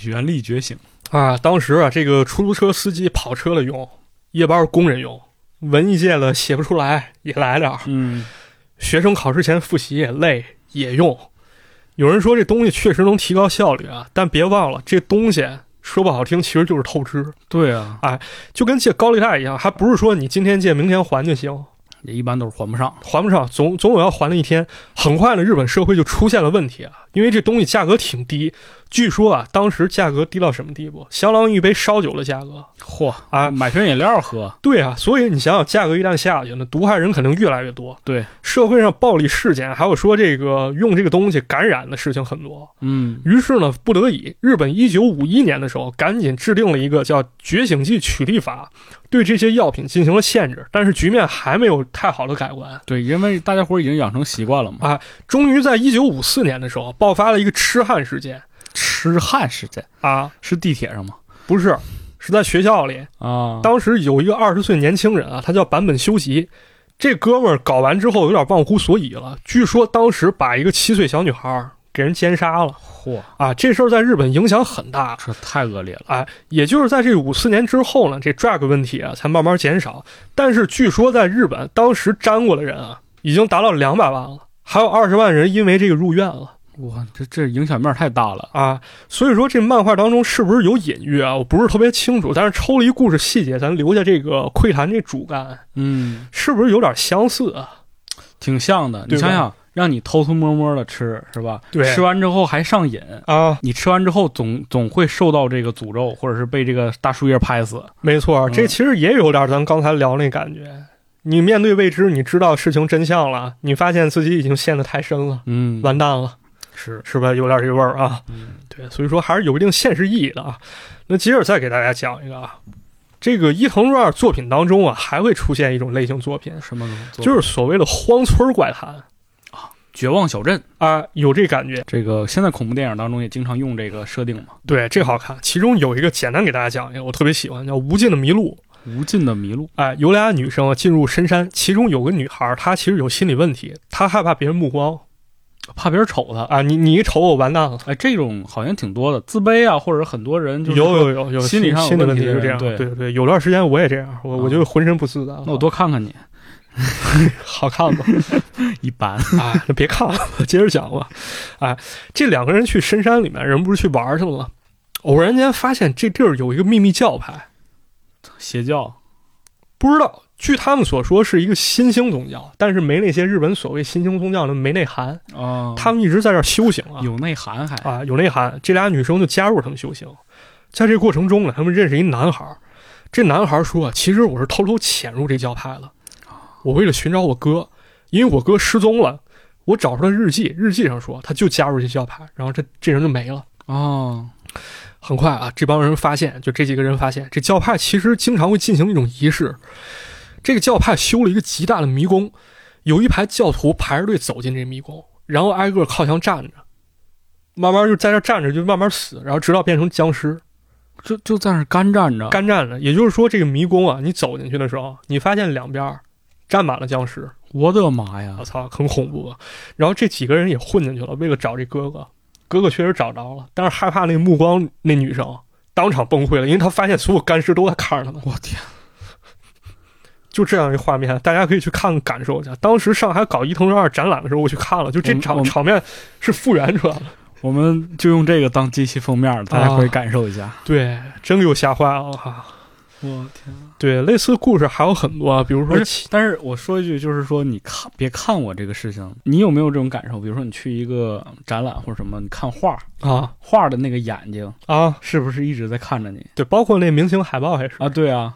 Speaker 2: 原力觉醒
Speaker 1: 啊，当时啊，这个出租车司机、跑车的用，夜班工人用，文艺界的写不出来也来啊点儿，
Speaker 2: 嗯，
Speaker 1: 学生考试前复习也累也用。有人说这东西确实能提高效率啊，但别忘了这东西说不好听，其实就是透支，
Speaker 2: 对啊，
Speaker 1: 就跟借高利贷一样，还不是说你今天借明天还就行，
Speaker 2: 也一般都是还不上。
Speaker 1: 还不上总总有要还的一天。很快呢，日本社会就出现了问题啊，因为这东西价格挺低，据说啊，当时价格低到什么地步，相当于一杯烧酒的价格。
Speaker 2: 嚯哎
Speaker 1: 啊
Speaker 2: 买瓶饮料喝，
Speaker 1: 对啊，所以你想想，价格一旦下去，那毒害人肯定越来越多。
Speaker 2: 对，
Speaker 1: 社会上暴力事件，还有说这个用这个东西感染的事情很多。
Speaker 2: 嗯，
Speaker 1: 于是呢，不得已，日本一九五一年的时候，赶紧制定了一个叫《觉醒剂取缔法》，对这些药品进行了限制。但是局面还没有太好的改观。
Speaker 2: 对，因为大家伙儿已经养成习惯了嘛。
Speaker 1: 啊终于在一九五四年的时候，爆发了一个痴汉事件
Speaker 2: 痴汉事件
Speaker 1: 啊，
Speaker 2: 是地铁上吗？
Speaker 1: 不是，是在学校里。
Speaker 2: 啊，
Speaker 1: 当时有一个二十岁年轻人啊，他叫坂本修吉。这哥们儿搞完之后有点忘乎所以了，据说当时把一个七岁小女孩儿给人奸杀了
Speaker 2: 嚯，
Speaker 1: 啊！这事儿在日本影响很大，
Speaker 2: 这太恶劣了。
Speaker 1: 也就是在这五四年之后呢，这 drug 问题啊才慢慢减少。但是据说在日本，当时沾过的人啊已经达到两百万了，还有二十万人因为这个入院了。
Speaker 2: 哇，这这影响面太大了。
Speaker 1: 啊，所以说这漫画当中是不是有隐喻啊？我不是特别清楚，但是抽离故事细节，咱留下这个窥探这主干，啊
Speaker 2: 嗯，
Speaker 1: 是不是有点相似啊？
Speaker 2: 挺像的。你
Speaker 1: 对吧
Speaker 2: 想想，让你偷偷摸摸的吃是吧？
Speaker 1: 对
Speaker 2: 吃完之后还上瘾。
Speaker 1: 啊，
Speaker 2: 你吃完之后总总会受到这个诅咒，或者是被这个大树叶拍死。
Speaker 1: 没错，
Speaker 2: 嗯
Speaker 1: 这其实也有点咱刚才聊那感觉。你面对未知，你知道事情真相了，你发现自己已经陷得太深了，
Speaker 2: 嗯，
Speaker 1: 完蛋了，
Speaker 2: 是，
Speaker 1: 是吧？有点这味儿啊。
Speaker 2: 嗯
Speaker 1: 对，所以说还是有一定现实意义的啊。那接着再给大家讲一个啊，这个伊藤润二作品当中啊，还会出现一种类型作品，
Speaker 2: 什么东西？
Speaker 1: 就是所谓的荒村怪谈。
Speaker 2: 绝望小镇。
Speaker 1: 啊，有这感觉，
Speaker 2: 这个现在恐怖电影当中也经常用这个设定嘛，
Speaker 1: 对，这好看。其中有一个简单给大家讲一个，我特别喜欢，叫《无尽的迷路》。
Speaker 2: 无尽的迷路。
Speaker 1: 哎，有俩女生啊进入深山，其中有个女孩儿，她其实有心理问题，她害怕别人目光
Speaker 2: 怕别人瞅他。
Speaker 1: 啊，你你一瞅我完蛋了。
Speaker 2: 哎，这种好像挺多的，自卑啊，或者很多人就是
Speaker 1: 有
Speaker 2: 说
Speaker 1: 有有有
Speaker 2: 心理上有
Speaker 1: 心理
Speaker 2: 问
Speaker 1: 问
Speaker 2: 题
Speaker 1: 题
Speaker 2: 的
Speaker 1: 就
Speaker 2: 人
Speaker 1: 这样，
Speaker 2: 对
Speaker 1: 对哦对，有段时间我也这样，我我就浑身不自在了。
Speaker 2: 那我多看看你，
Speaker 1: 好看吗？
Speaker 2: 一般。
Speaker 1: 啊，那别看了，接着讲吧。啊，这两个人去深山里面，人不是去玩儿去了吗？偶然间发现这地儿有一个秘密教派，
Speaker 2: 邪教
Speaker 1: 不知道，据他们所说是一个新兴宗教，但是没那些日本所谓新兴宗教的没内涵。
Speaker 2: 啊
Speaker 1: 他们一直在这儿修行哦啊，
Speaker 2: 有内涵还
Speaker 1: 啊有内涵。这俩女生就加入他们修行，在这过程中呢，他们认识一男孩儿。这男孩儿说啊，其实我是偷偷潜入这教派的，我为了寻找我哥，因为我哥失踪了，我找出他日记，日记上说他就加入这教派，然后这这人就没了。
Speaker 2: 哦，
Speaker 1: 很快啊，这帮人发现，就这几个人发现，这教派其实经常会进行一种仪式。这个教派修了一个极大的迷宫，有一排教徒排着队走进这迷宫，然后挨个靠墙站着，慢慢就在这站着，就慢慢死，然后直到变成僵尸
Speaker 2: 就就在那儿干站着，
Speaker 1: 干站着。也就是说，这个迷宫啊，你走进去的时候，你发现两边儿站满了僵尸，
Speaker 2: 我的妈呀
Speaker 1: 我！操，很恐怖啊。然后这几个人也混进去了，为了找这哥哥，哥哥确实找着了，但是害怕那目光那女生当场崩溃了，因为她发现所有干尸都在看着他们，
Speaker 2: 我天，
Speaker 1: 就这样一个画面，大家可以去看感受一下。当时上海搞伊藤润二展览的时候，我去看了，就这
Speaker 2: 我们我
Speaker 1: 场
Speaker 2: 们
Speaker 1: 场面是复原出来的，
Speaker 2: 我们就用这个当这期封面了，大
Speaker 1: 啊
Speaker 2: 家可以感受一下。
Speaker 1: 对，真给我吓坏了哈。
Speaker 2: 我天！
Speaker 1: 对，类似故事还有很多，啊比如说
Speaker 2: 不是，但是我说一句，就是说，你看，别看我这个事情，你有没有这种感受？比如说，你去一个展览或者什么，你看画，
Speaker 1: 啊
Speaker 2: 画的那个眼睛
Speaker 1: 啊，
Speaker 2: 是不是一直在看着你
Speaker 1: 对，包括那明星海报还是
Speaker 2: 啊？对啊，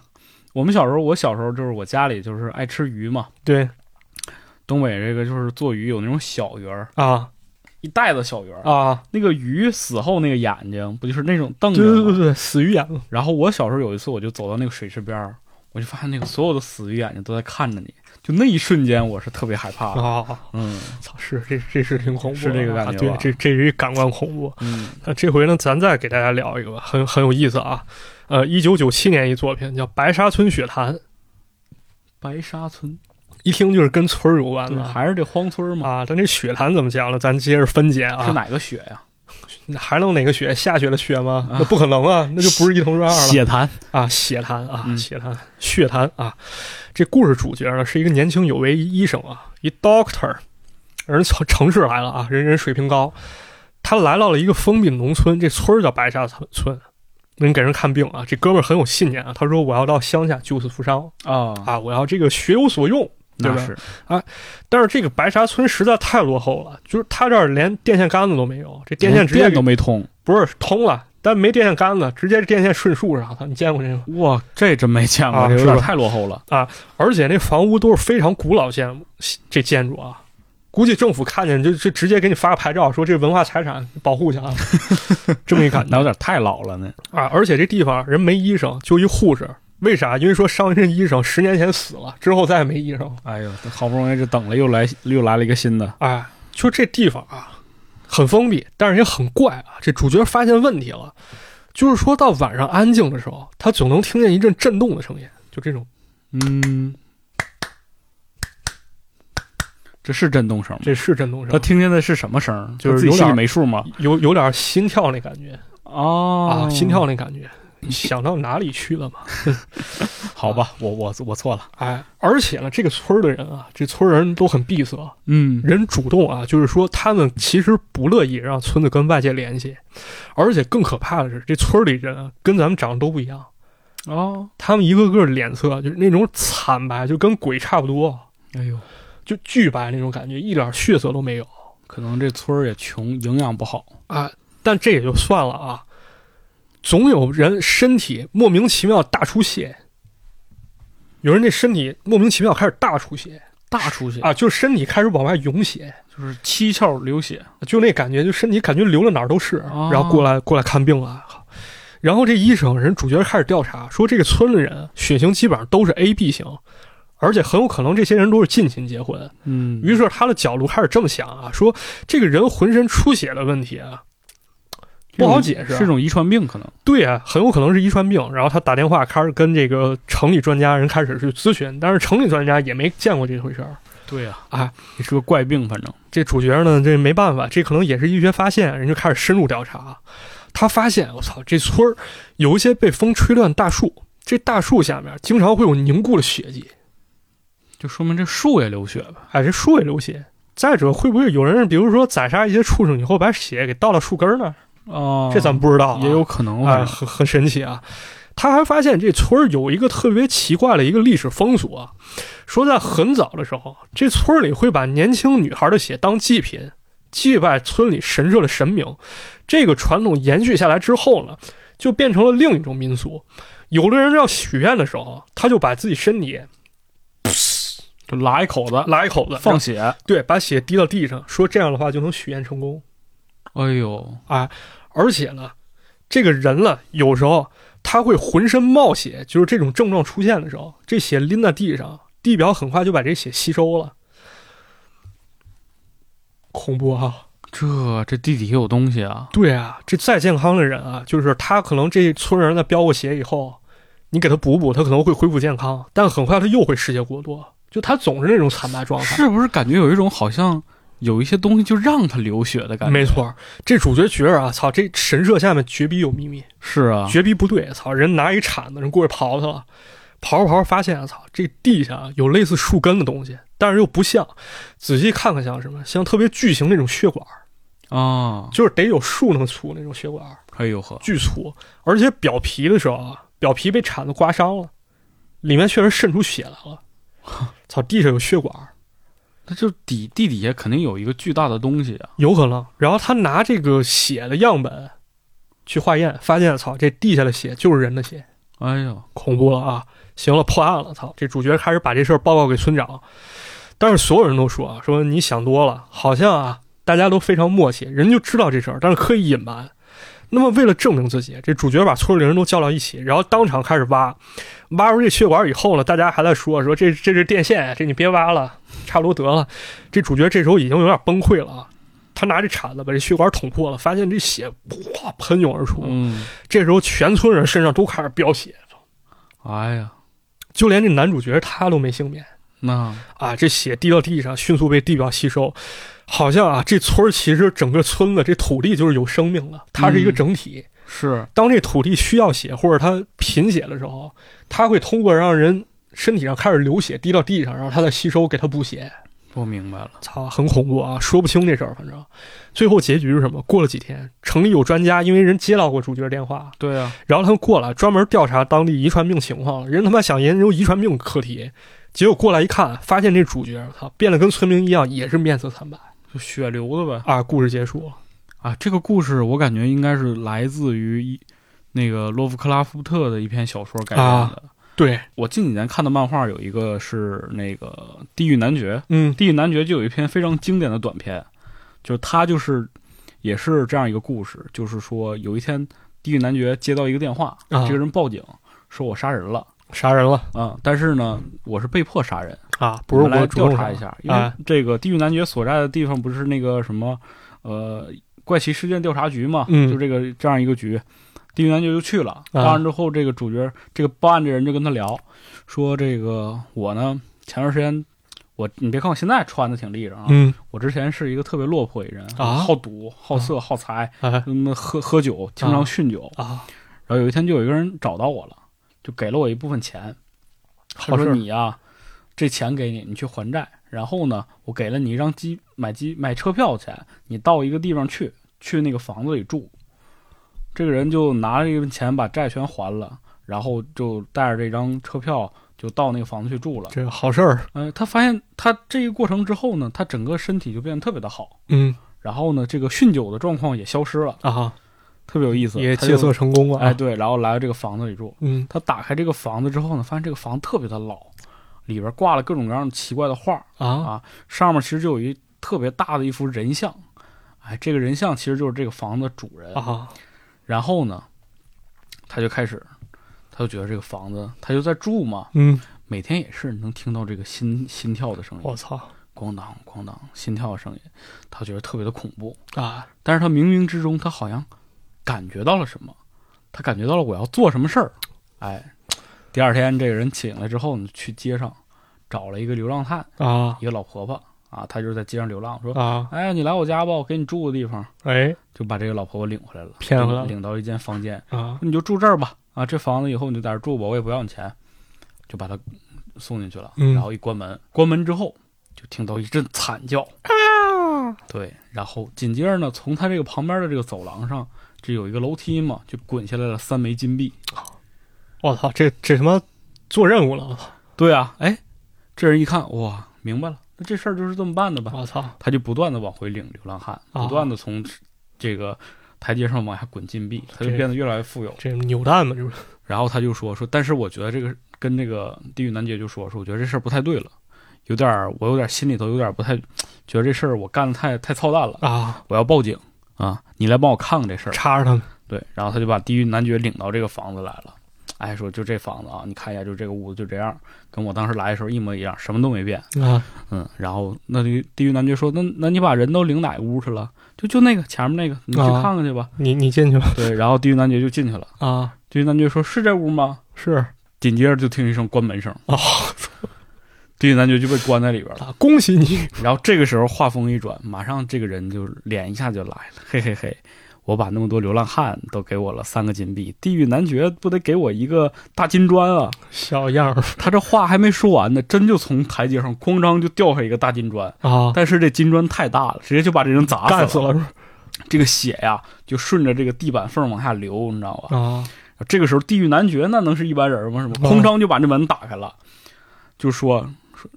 Speaker 2: 我们小时候，我小时候就是我家里就是爱吃鱼嘛，
Speaker 1: 对
Speaker 2: 东北这个就是做鱼有那种小鱼儿，
Speaker 1: 啊
Speaker 2: 一袋子小鱼儿，
Speaker 1: 啊，
Speaker 2: 那个鱼死后那个眼睛不就是那种瞪着
Speaker 1: 对
Speaker 2: 吗？
Speaker 1: 对对对，死鱼眼了
Speaker 2: 然后我小时候有一次，我就走到那个水池边儿，我就发现那个所有的死鱼眼睛都在看着你，就那一瞬间我是特别害怕的。
Speaker 1: 啊。
Speaker 2: 嗯
Speaker 1: 操，是这这是挺恐怖的，
Speaker 2: 是这个感觉吧
Speaker 1: 啊、对，这这是一感官恐怖。
Speaker 2: 嗯，
Speaker 1: 那这回呢，咱再给大家聊一个吧，很很有意思啊。呃，一九九七年一作品叫《白沙村血谈》，
Speaker 2: 白沙村，
Speaker 1: 一听就是跟村儿有关
Speaker 2: 对，
Speaker 1: 的
Speaker 2: 还是这荒村嘛？
Speaker 1: 啊。但这血谈怎么讲呢？咱接着分解
Speaker 2: 是
Speaker 1: 啊。
Speaker 2: 哪个雪呀、
Speaker 1: 还能哪个雪下雪的雪吗？那不可能啊，那就不是一乘二了。
Speaker 2: 血谈，
Speaker 1: 啊，血谈啊，
Speaker 2: 嗯
Speaker 1: 血谈，血谈啊！这故事主角呢是一个年轻有为医生啊，一 doctor，人从城市来了啊，人人水平高，他来到了一个封闭农村，这村儿叫白沙村，人给人看病啊，这哥们儿很有信念啊，他说我要到乡下救死扶伤
Speaker 2: 啊
Speaker 1: 啊，我要这个学有所用。对
Speaker 2: 那
Speaker 1: 吧
Speaker 2: 是
Speaker 1: 但是这个白沙村实在太落后了，就是他这儿连电线杆子都没有，这电线
Speaker 2: 连
Speaker 1: 直接
Speaker 2: 电都没通，
Speaker 1: 不是通了，但没电线杆子，直接电线顺树上，你见过这个吗？
Speaker 2: 哇，这真没见过，
Speaker 1: 啊
Speaker 2: 这有
Speaker 1: 是吧
Speaker 2: 点太落后了。
Speaker 1: 而且那房屋都是非常古老建筑，这建筑啊，估计政府看见就就直接给你发个牌照，说这文化财产保护去啊，这么一感觉
Speaker 2: 那有点太老了呢。
Speaker 1: 啊。而且这地方人没医生，就一护士，为啥？因为说上一任医生十年前死了，之后再也没医生了。
Speaker 2: 哎呦，这好不容易这等了，又来又来了一个新的，
Speaker 1: 哎，就这地方啊，很封闭，但是也很怪啊。这主角发现问题了，就是说到晚上安静的时候，他总能听见一阵震动的声音，就这种，
Speaker 2: 嗯，这是震动声吗？
Speaker 1: 这是震动
Speaker 2: 他
Speaker 1: 声，
Speaker 2: 听见的是什么声？
Speaker 1: 就是
Speaker 2: 他自己
Speaker 1: 有
Speaker 2: 心
Speaker 1: 点
Speaker 2: 里没数吗？
Speaker 1: 有有点心跳那感觉。
Speaker 2: 哦
Speaker 1: 啊，心跳那感觉，想到哪里去了嘛？
Speaker 2: 好吧，我我我错了。
Speaker 1: 哎，而且呢，这个村儿的人啊，这村儿人都很闭塞，
Speaker 2: 嗯
Speaker 1: 人主动啊，就是说他们其实不乐意让村子跟外界联系，而且更可怕的是，这村儿里人啊，跟咱们长得都不一样，
Speaker 2: 哦，
Speaker 1: 他们一个个脸色就是那种惨白，就跟鬼差不多，
Speaker 2: 哎呦，
Speaker 1: 就巨白那种感觉，一点血色都没有
Speaker 2: 可能这村儿也穷，营养不好。
Speaker 1: 啊。但这也就算了啊，总有人身体莫名其妙大出血。有人这身体莫名其妙开始大出血，
Speaker 2: 大出血
Speaker 1: 啊，就是身体开始往外涌血，
Speaker 2: 就是七窍流血，
Speaker 1: 就那感觉，就身体感觉流了哪儿都是，
Speaker 2: 哦
Speaker 1: 然后过来过来看病了。然后这医生人主角开始调查，说这个村的人血型基本上都是 A B 型，而且很有可能这些人都是近亲结婚。
Speaker 2: 嗯
Speaker 1: 于是他的角度开始这么想啊，说这个人浑身出血的问题啊，不好解释
Speaker 2: 是种遗传病可能。
Speaker 1: 对啊，很有可能是遗传病。然后他打电话开始跟这个城里专家人开始去咨询，但是城里专家也没见过这回事儿。
Speaker 2: 对呀，
Speaker 1: 啊，
Speaker 2: 也哎是个怪病，反正
Speaker 1: 这主角呢，这没办法，这可能也是医学发现，人就开始深入调查。他发现，我操，这村儿有一些被风吹乱大树，这大树下面经常会有凝固的血迹，
Speaker 2: 就说明这树也流血吧。
Speaker 1: 哎，这树也流血。再者，会不会有人，比如说宰杀一些畜生以后，把血给倒到树根儿那儿？
Speaker 2: 哦，
Speaker 1: 这咱们不知道、啊，
Speaker 2: 也有可能
Speaker 1: 哎，
Speaker 2: 吧。
Speaker 1: 很很神奇啊。他还发现这村儿有一个特别奇怪的一个历史风俗啊，说在很早的时候，这村儿里会把年轻女孩的血当祭品，祭拜村里神社的神明。这个传统延续下来之后呢，就变成了另一种民俗。有的人要许愿的时候，他就把自己身体啊
Speaker 2: 就拉一口子，
Speaker 1: 拉一口子，
Speaker 2: 放
Speaker 1: 让
Speaker 2: 血。
Speaker 1: 对，把血滴到地上，说这样的话就能许愿成功。
Speaker 2: 哎呦，
Speaker 1: 而且呢，这个人呢，有时候他会浑身冒血，就是这种症状出现的时候，这血淋在地上，地表很快就把这血吸收了，恐怖啊！
Speaker 2: 这这地底下有东西啊！
Speaker 1: 对啊，这再健康的人啊，就是他可能这村人在飙过血以后，你给他补补，他可能会恢复健康，但很快他又会失血过多，就他总是那种惨白状态。
Speaker 2: 是不是感觉有一种好像有一些东西就让它流血的感觉？
Speaker 1: 没，错，这主角觉着啊，操，这神社下面绝逼有秘密。
Speaker 2: 是啊，
Speaker 1: 绝逼不对，操！人拿一铲子，人过去刨他了，刨着刨着发现，操，这地下有类似树根的东西，但是又不像，仔细看看像什么，像特别巨型那种血管，
Speaker 2: 啊，
Speaker 1: 就是得有树那么粗那种血管，
Speaker 2: 哎呦呵，
Speaker 1: 巨粗，而且表皮的时候啊，表皮被铲子刮伤了，里面确实渗出血来了，操，地上有血管，
Speaker 2: 那就底地底下肯定有一个巨大的东西啊！
Speaker 1: 有可能。然后他拿这个血的样本去化验，发现，操，这地下的血就是人的血。
Speaker 2: 哎呦，
Speaker 1: 恐怖了啊！行了，破案了，操！这主角开始把这事儿报告给村长，但是所有人都说啊，说你想多了，好像啊，大家都非常默契，人就知道这事儿，但是刻意隐瞒。那么为了证明自己，这主角把村里人都叫到一起，然后当场开始挖，挖出这血管以后呢，大家还在说说这这是电线，这你别挖了，差不多得了。这主角这时候已经有点崩溃了啊，他拿这铲子把这血管捅破了，发现这血哗喷涌而出，
Speaker 2: 嗯，
Speaker 1: 这时候全村人身上都开始飙血。
Speaker 2: 哎呀，
Speaker 1: 就连这男主角他都没幸免
Speaker 2: 那
Speaker 1: 啊！这血滴到地上，迅速被地表吸收，好像啊，这村儿其实整个村子这土地就是有生命的，它是一个整体。
Speaker 2: 是
Speaker 1: 当这土地需要血或者它贫血的时候，它会通过让人身体上开始流血滴到地上，然后它再吸收给它补血。
Speaker 2: 我明白了，
Speaker 1: 操，很恐怖啊，说不清这事儿。反正最后结局是什么？过了几天，城里有专家，因为人接到过主角电话，
Speaker 2: 对啊，
Speaker 1: 然后他们过来专门调查当地遗传病情况，人他妈想研究遗传病课题，结果过来一看，发现这主角操变得跟村民一样，也是面色惨白
Speaker 2: 就血流的呗。
Speaker 1: 啊！故事结束了，
Speaker 2: 啊，这个故事我感觉应该是来自于一那个洛夫克拉夫特的一篇小说改编的。
Speaker 1: 啊对，
Speaker 2: 我近几年看的漫画有一个是那个《地狱男爵》，《
Speaker 1: 嗯
Speaker 2: 地狱男爵》就有一篇非常经典的短篇，就是他就是也是这样一个故事，就是说有一天地狱男爵接到一个电话，
Speaker 1: 啊
Speaker 2: 这个人报警说我杀人了
Speaker 1: 杀人了
Speaker 2: 啊、但是呢我是被迫杀人，
Speaker 1: 啊！不是
Speaker 2: 们来
Speaker 1: 我主
Speaker 2: 调
Speaker 1: 动啊
Speaker 2: 查一
Speaker 1: 下，
Speaker 2: 下，因为这个地狱男爵所在的地方不是那个什么呃怪奇事件调查局嘛，
Speaker 1: 嗯
Speaker 2: 就这个这样一个局，地狱男爵就去了。
Speaker 1: 啊
Speaker 2: 到完之后，这个主角这个报案这人就跟他聊，说这个我呢前段时间我你别看我现在穿的挺立正啊，
Speaker 1: 嗯
Speaker 2: 我之前是一个特别落魄一人
Speaker 1: 啊
Speaker 2: 好赌、好色、好财，
Speaker 1: 哎
Speaker 2: 那么喝喝酒，经常酗酒。
Speaker 1: 啊，
Speaker 2: 然后有一天就有一个人找到我了，就给了我一部分钱，他
Speaker 1: 好事
Speaker 2: 说
Speaker 1: 儿
Speaker 2: 你呀、这钱给你，你去还债。然后呢，我给了你一张机买机买车票的钱，你到一个地方去，去那个房子里住。这个人就拿着这份钱把债全还了，然后就带着这张车票就到那个房子去住了。
Speaker 1: 这个好事儿，
Speaker 2: 呃，他发现他这一过程之后呢，他整个身体就变得特别的好，
Speaker 1: 嗯
Speaker 2: 然后呢，这个酗酒的状况也消失了，
Speaker 1: 啊，
Speaker 2: 特别有意思。
Speaker 1: 也
Speaker 2: 他
Speaker 1: 戒
Speaker 2: 就
Speaker 1: 色成功了，啊
Speaker 2: 哎，，对，然后来到这个房子里住，
Speaker 1: 嗯
Speaker 2: 他打开这个房子之后呢，发现这个房子特别的老，里边挂了各种各样奇怪的画，
Speaker 1: 啊
Speaker 2: 上面其实就有一特别大的一幅人像，哎，这个人像其实就是这个房子的主人。
Speaker 1: 啊
Speaker 2: 然后呢，他就开始，他就觉得这个房子他就在住嘛，
Speaker 1: 嗯，
Speaker 2: 每天也是能听到这个心心跳的声音，
Speaker 1: 我操
Speaker 2: 咣当咣当心跳的声音，他觉得特别的恐怖。
Speaker 1: 啊
Speaker 2: 但是他冥冥之中他好像感觉到了什么，他感觉到了我要做什么事儿。哎，第二天这个人醒来之后呢，去街上找了一个流浪汉，
Speaker 1: 啊
Speaker 2: 一个老婆婆啊，她就是在街上流浪，说
Speaker 1: 啊！
Speaker 2: 哎，你来我家吧，我给你住个地方，
Speaker 1: 哎
Speaker 2: 就把这个老婆婆领回来了，
Speaker 1: 骗回来了
Speaker 2: 领到一间房间，
Speaker 1: 啊
Speaker 2: 你就住这儿吧，啊，这房子以后你就在这儿住吧，我也不要你钱，就把她送进去了，
Speaker 1: 嗯
Speaker 2: 然后一关门，关门之后就听到一阵惨叫，对，然后紧接着呢，从她这个旁边的这个走廊上，这有一个楼梯嘛，就滚下来了三枚金币，
Speaker 1: 我操，这这他妈做任务了，我操
Speaker 2: 对啊，哎，这人一看，哇，明白了，那这事儿就是这么办的吧，
Speaker 1: 我操
Speaker 2: 他就不断的往回领流浪汉，
Speaker 1: 啊
Speaker 2: 不断的从这个台阶上往下滚金币，他就
Speaker 1: 这
Speaker 2: 变得越来越富有。
Speaker 1: 这扭蛋嘛，这不是
Speaker 2: 然后他就说说，但是我觉得这个跟这个地狱男爵就说说，我觉得这事儿不太对了，有点儿我有点儿心里头有点儿不太，觉得这事儿我干的太太操蛋了，
Speaker 1: 啊，
Speaker 2: 我要报警啊！你来帮我看看这事儿。
Speaker 1: 插着他们
Speaker 2: 对，然后他就把地狱男爵领到这个房子来了。哎，说就这房子啊，你看一下，就这个屋子就这样，跟我当时来的时候一模一样，什么都没变。
Speaker 1: 啊
Speaker 2: 嗯，然后那地狱地狱男爵说：“那那你把人都领哪屋去了？就就那个前面那个，你去
Speaker 1: 啊
Speaker 2: 看看去吧。
Speaker 1: 你你进去吧
Speaker 2: 对，然后地狱男爵就进去了。
Speaker 1: 啊，
Speaker 2: 地狱男爵说：“是这屋吗
Speaker 1: 是？”
Speaker 2: 紧接着就听一声关门声，
Speaker 1: 哦
Speaker 2: 地狱男爵就被关在里边了。
Speaker 1: 啊，恭喜你
Speaker 2: 然后这个时候话锋一转，马上这个人就脸一下就来了，嘿嘿嘿，我把那么多流浪汉都给我了三个金币，地狱男爵不得给我一个大金砖啊？
Speaker 1: 小样儿
Speaker 2: 他这话还没说完呢，真就从台阶上哐当就掉下一个大金砖，
Speaker 1: 啊，
Speaker 2: 但是这金砖太大了，直接就把这人砸
Speaker 1: 干
Speaker 2: 死
Speaker 1: 死
Speaker 2: 了。
Speaker 1: 了是吧
Speaker 2: 这个血呀，就顺着这个地板缝往下流，你知道吧？
Speaker 1: 啊
Speaker 2: 这个时候，地狱男爵那能是一般人吗？是吧？
Speaker 1: 嗯
Speaker 2: 哐当就把这门打开了，就说说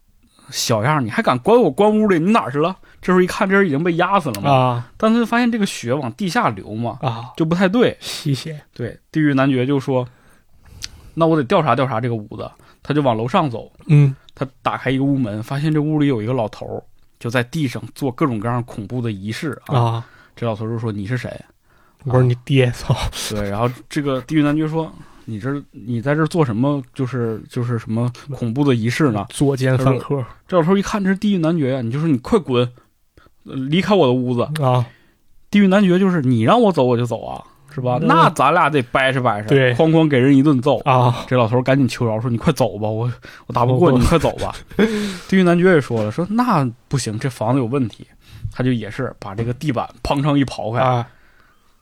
Speaker 2: 小样儿，你还敢管我关屋里？你哪儿去了？这时候一看，这人已经被压死了嘛。
Speaker 1: 啊
Speaker 2: 但他就发现这个血往地下流嘛，
Speaker 1: 啊，
Speaker 2: 就不太对。
Speaker 1: 吸血
Speaker 2: 对，地狱男爵就说：“那我得调查调查这个屋子。”他就往楼上走，
Speaker 1: 嗯
Speaker 2: 他打开一个屋门，发现这屋里有一个老头儿，就在地上做各种各样恐怖的仪式啊。啊
Speaker 1: 啊，
Speaker 2: 这老头儿就说：“你是谁？”
Speaker 1: 我说你爹操
Speaker 2: 对，然后这个地狱男爵说：“你这你在这儿做什么？就是就是什么恐怖的仪式呢
Speaker 1: 作奸犯科？”
Speaker 2: 这老头一看这是地狱男爵呀，你就说：“你快滚，呃离开我的屋子
Speaker 1: 啊！！”
Speaker 2: 地狱男爵就是你让我走我就走啊，是吧？
Speaker 1: 嗯
Speaker 2: 那咱俩得掰扯掰扯，
Speaker 1: 对
Speaker 2: 哐哐给人一顿揍。
Speaker 1: 啊
Speaker 2: 这老头赶紧求饶说：“你快走吧，我我打不
Speaker 1: 我
Speaker 2: 过 你，你快走吧。”地狱男爵也说了：“说那不行，这房子有问题。”他就也是把这个地板砰砰一刨开，
Speaker 1: 啊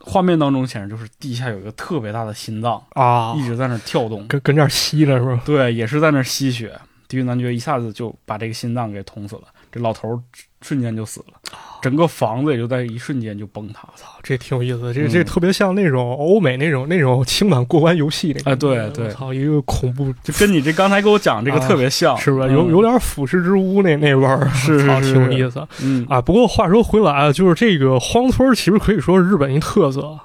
Speaker 2: 画面当中显示就是地下有一个特别大的心脏
Speaker 1: 啊
Speaker 2: 一直在那儿跳动，
Speaker 1: 跟跟这儿吸了是吧？
Speaker 2: 对，也是在那儿吸血。地狱男爵一下子就把这个心脏给捅死了，这老头儿瞬间就死了，整个房子也就在一瞬间就崩塌了。
Speaker 1: 操，这挺有意思的，这
Speaker 2: 嗯
Speaker 1: 这特别像那种欧美那种那种轻版过关游戏那个。
Speaker 2: 哎对对
Speaker 1: 我操，一个恐怖
Speaker 2: 就跟你这刚才给我讲这个
Speaker 1: 啊
Speaker 2: 特别像，
Speaker 1: 是吧？
Speaker 2: 嗯
Speaker 1: 有有点腐蚀之屋那那味儿，
Speaker 2: 是
Speaker 1: 操
Speaker 2: 是是
Speaker 1: 挺有意思
Speaker 2: 嗯
Speaker 1: 啊。不过话说回来啊，就是这个荒村其实可以说是日本一特色，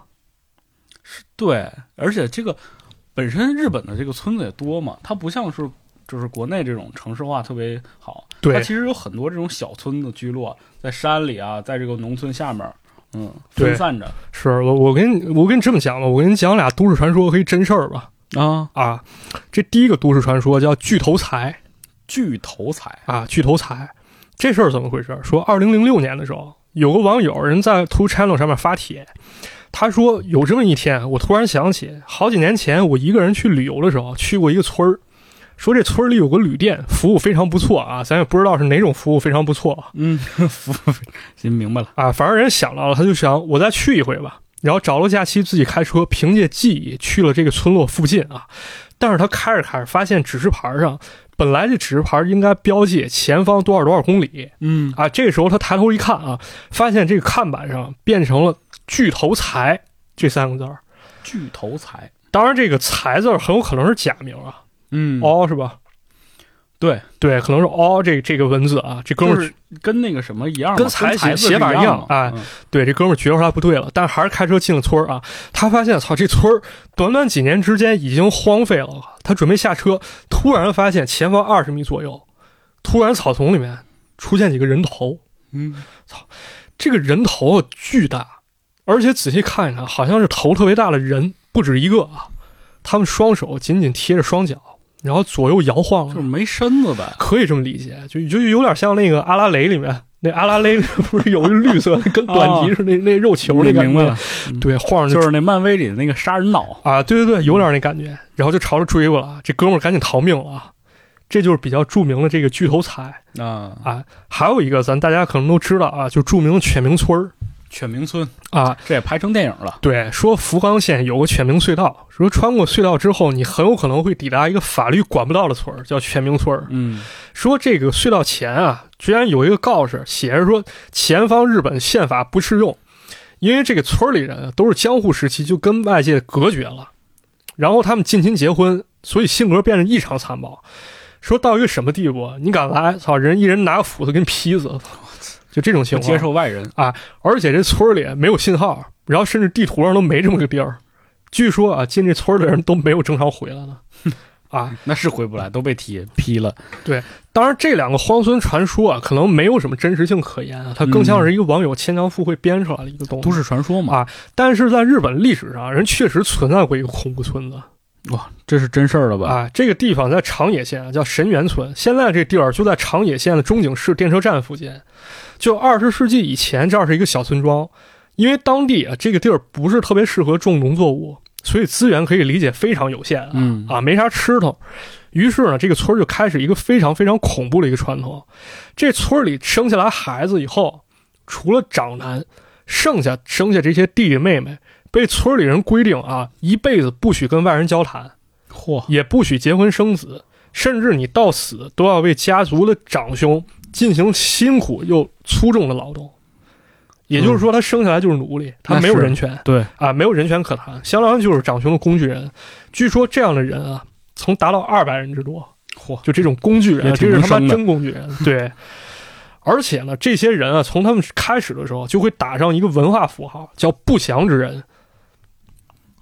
Speaker 2: 对，而且这个本身日本的这个村子也多嘛，它不像是就是国内这种城市化特别好，它
Speaker 1: 对
Speaker 2: 其实有很多这种小村子聚落，在山里啊，在这个农村下面儿，嗯，
Speaker 1: 对
Speaker 2: 分散着
Speaker 1: 是我我跟你我跟你这么讲吧，我跟你讲俩都市传说和一真事儿吧。
Speaker 2: 啊，
Speaker 1: 啊，这第一个都市传说叫巨头财
Speaker 2: 巨头彩
Speaker 1: 啊，巨头财这事儿怎么回事？说二零零六年的时候，有个网友人在 To Channel 上面发帖，他说有这么一天，我突然想起好几年前我一个人去旅游的时候，去过一个村儿，说这村儿里有个旅店，服务非常不错啊，咱也不知道是哪种服务非常不错啊
Speaker 2: 嗯，服，行，明白了，
Speaker 1: 啊，反正人想到了，他就想我再去一回吧。然后找了个假期，自己开车，凭借记忆去了这个村落附近啊。但是他开着开着，发现指示牌上本来这指示牌应该标记前方多少多少公里
Speaker 2: 嗯，
Speaker 1: 啊。这个时候他抬头一看啊，发现这个看板上变成了“巨头财”这三个字儿。
Speaker 2: 巨头彩，
Speaker 1: 当然，这个“财”字儿很有可能是假名啊，
Speaker 2: 嗯，
Speaker 1: 哦是吧？
Speaker 2: 对
Speaker 1: 对，可能是哦这这个文字啊，这哥们
Speaker 2: 就
Speaker 1: 儿
Speaker 2: 是跟那个什么一样嘛，
Speaker 1: 跟
Speaker 2: 跟
Speaker 1: 彩
Speaker 2: 彩
Speaker 1: 写
Speaker 2: 字是
Speaker 1: 写法
Speaker 2: 一
Speaker 1: 一样
Speaker 2: 嘛
Speaker 1: 哎，
Speaker 2: 嗯
Speaker 1: 对，这哥们儿觉出来不对了，但还是开车进了村儿啊。他发现，操，这村儿短短几年之间已经荒废了。他准备下车，突然发现前方二十米左右，突然草丛里面出现几个人头。
Speaker 2: 嗯，
Speaker 1: 这个人头啊巨大，而且仔细看一看，好像是头特别大的人，不止一个啊。他们双手紧紧贴着双脚，然后左右摇晃
Speaker 2: 就是没身子呗，
Speaker 1: 可以这么理解，就就有点像那个阿拉蕾里面那阿拉蕾 不是有一绿色的跟短笛似的那那肉球那感觉，
Speaker 2: 哦明白了，
Speaker 1: 对，晃着
Speaker 2: 就
Speaker 1: 就是
Speaker 2: 那漫威里的那个杀人脑，
Speaker 1: 啊，对对对，有点那感觉，然后就朝着追过来，这哥们儿赶紧逃命了啊。这就是比较著名的这个巨头财
Speaker 2: 啊，
Speaker 1: 啊，还有一个咱大家可能都知道啊，就著名的犬鸣村儿
Speaker 2: 犬鸣村，
Speaker 1: 啊，
Speaker 2: 这也拍成电影了。
Speaker 1: 对，说福冈县有个犬鸣隧道，说穿过隧道之后，你很有可能会抵达一个法律管不到的村儿，叫犬鸣村儿。
Speaker 2: 嗯，
Speaker 1: 说这个隧道前啊，居然有一个告示，写着说前方日本宪法不适用，因为这个村里人啊都是江户时期就跟外界隔绝了，然后他们近亲结婚，所以性格变得异常残暴。说到一个什么地步啊，你敢来，操人一人拿个斧子给你劈死，就这种
Speaker 2: 不
Speaker 1: 情况。
Speaker 2: 接受外人，
Speaker 1: 而且这村里没有信号，然后甚至地图上都没这么个地儿。据说啊，进这村的人都没有正常回来 的。啊，
Speaker 2: 那是回不来，都被踢劈了。
Speaker 1: 当然，这两个荒村传说啊，可能没有什么真实性可言啊，它更像是一个网友牵强附会编出来的一个东西。
Speaker 2: 都市传说嘛，
Speaker 1: 啊但是在日本历史上，人确实存在过一个恐怖村子
Speaker 2: 哇，这是真事儿了吧？
Speaker 1: 啊，这个地方在长野县啊，叫神原村。现在这地儿就在长野县的中井市电车站附近。就二十世纪以前，这儿是一个小村庄，因为当地啊这个地儿不是特别适合种农作物，所以资源可以理解非常有限啊。
Speaker 2: 嗯
Speaker 1: 啊，没啥吃头。于是呢，这个村儿就开始一个非常非常恐怖的一个传统。这村儿里生下来孩子以后，除了长男，剩下生下这些弟弟妹妹，被村里人规定啊，一辈子不许跟外人交谈，
Speaker 2: 嚯，
Speaker 1: 也不许结婚生子，甚至你到死都要为家族的长兄进行辛苦又粗重的劳动。也就是说，他生下来就是奴隶，他
Speaker 2: 嗯那
Speaker 1: 没有
Speaker 2: 是
Speaker 1: 人权。
Speaker 2: 对，
Speaker 1: 啊，没有人权可谈，相当于就是长兄的工具人。据说这样的人啊，曾达到二百人之多，
Speaker 2: 嚯，
Speaker 1: 就这种工具人啊，
Speaker 2: 也挺
Speaker 1: 这是他
Speaker 2: 能
Speaker 1: 妈
Speaker 2: 生的
Speaker 1: 真工具 人。对，而且呢，这些人啊，从他们开始的时候就会打上一个文化符号，叫不祥之人。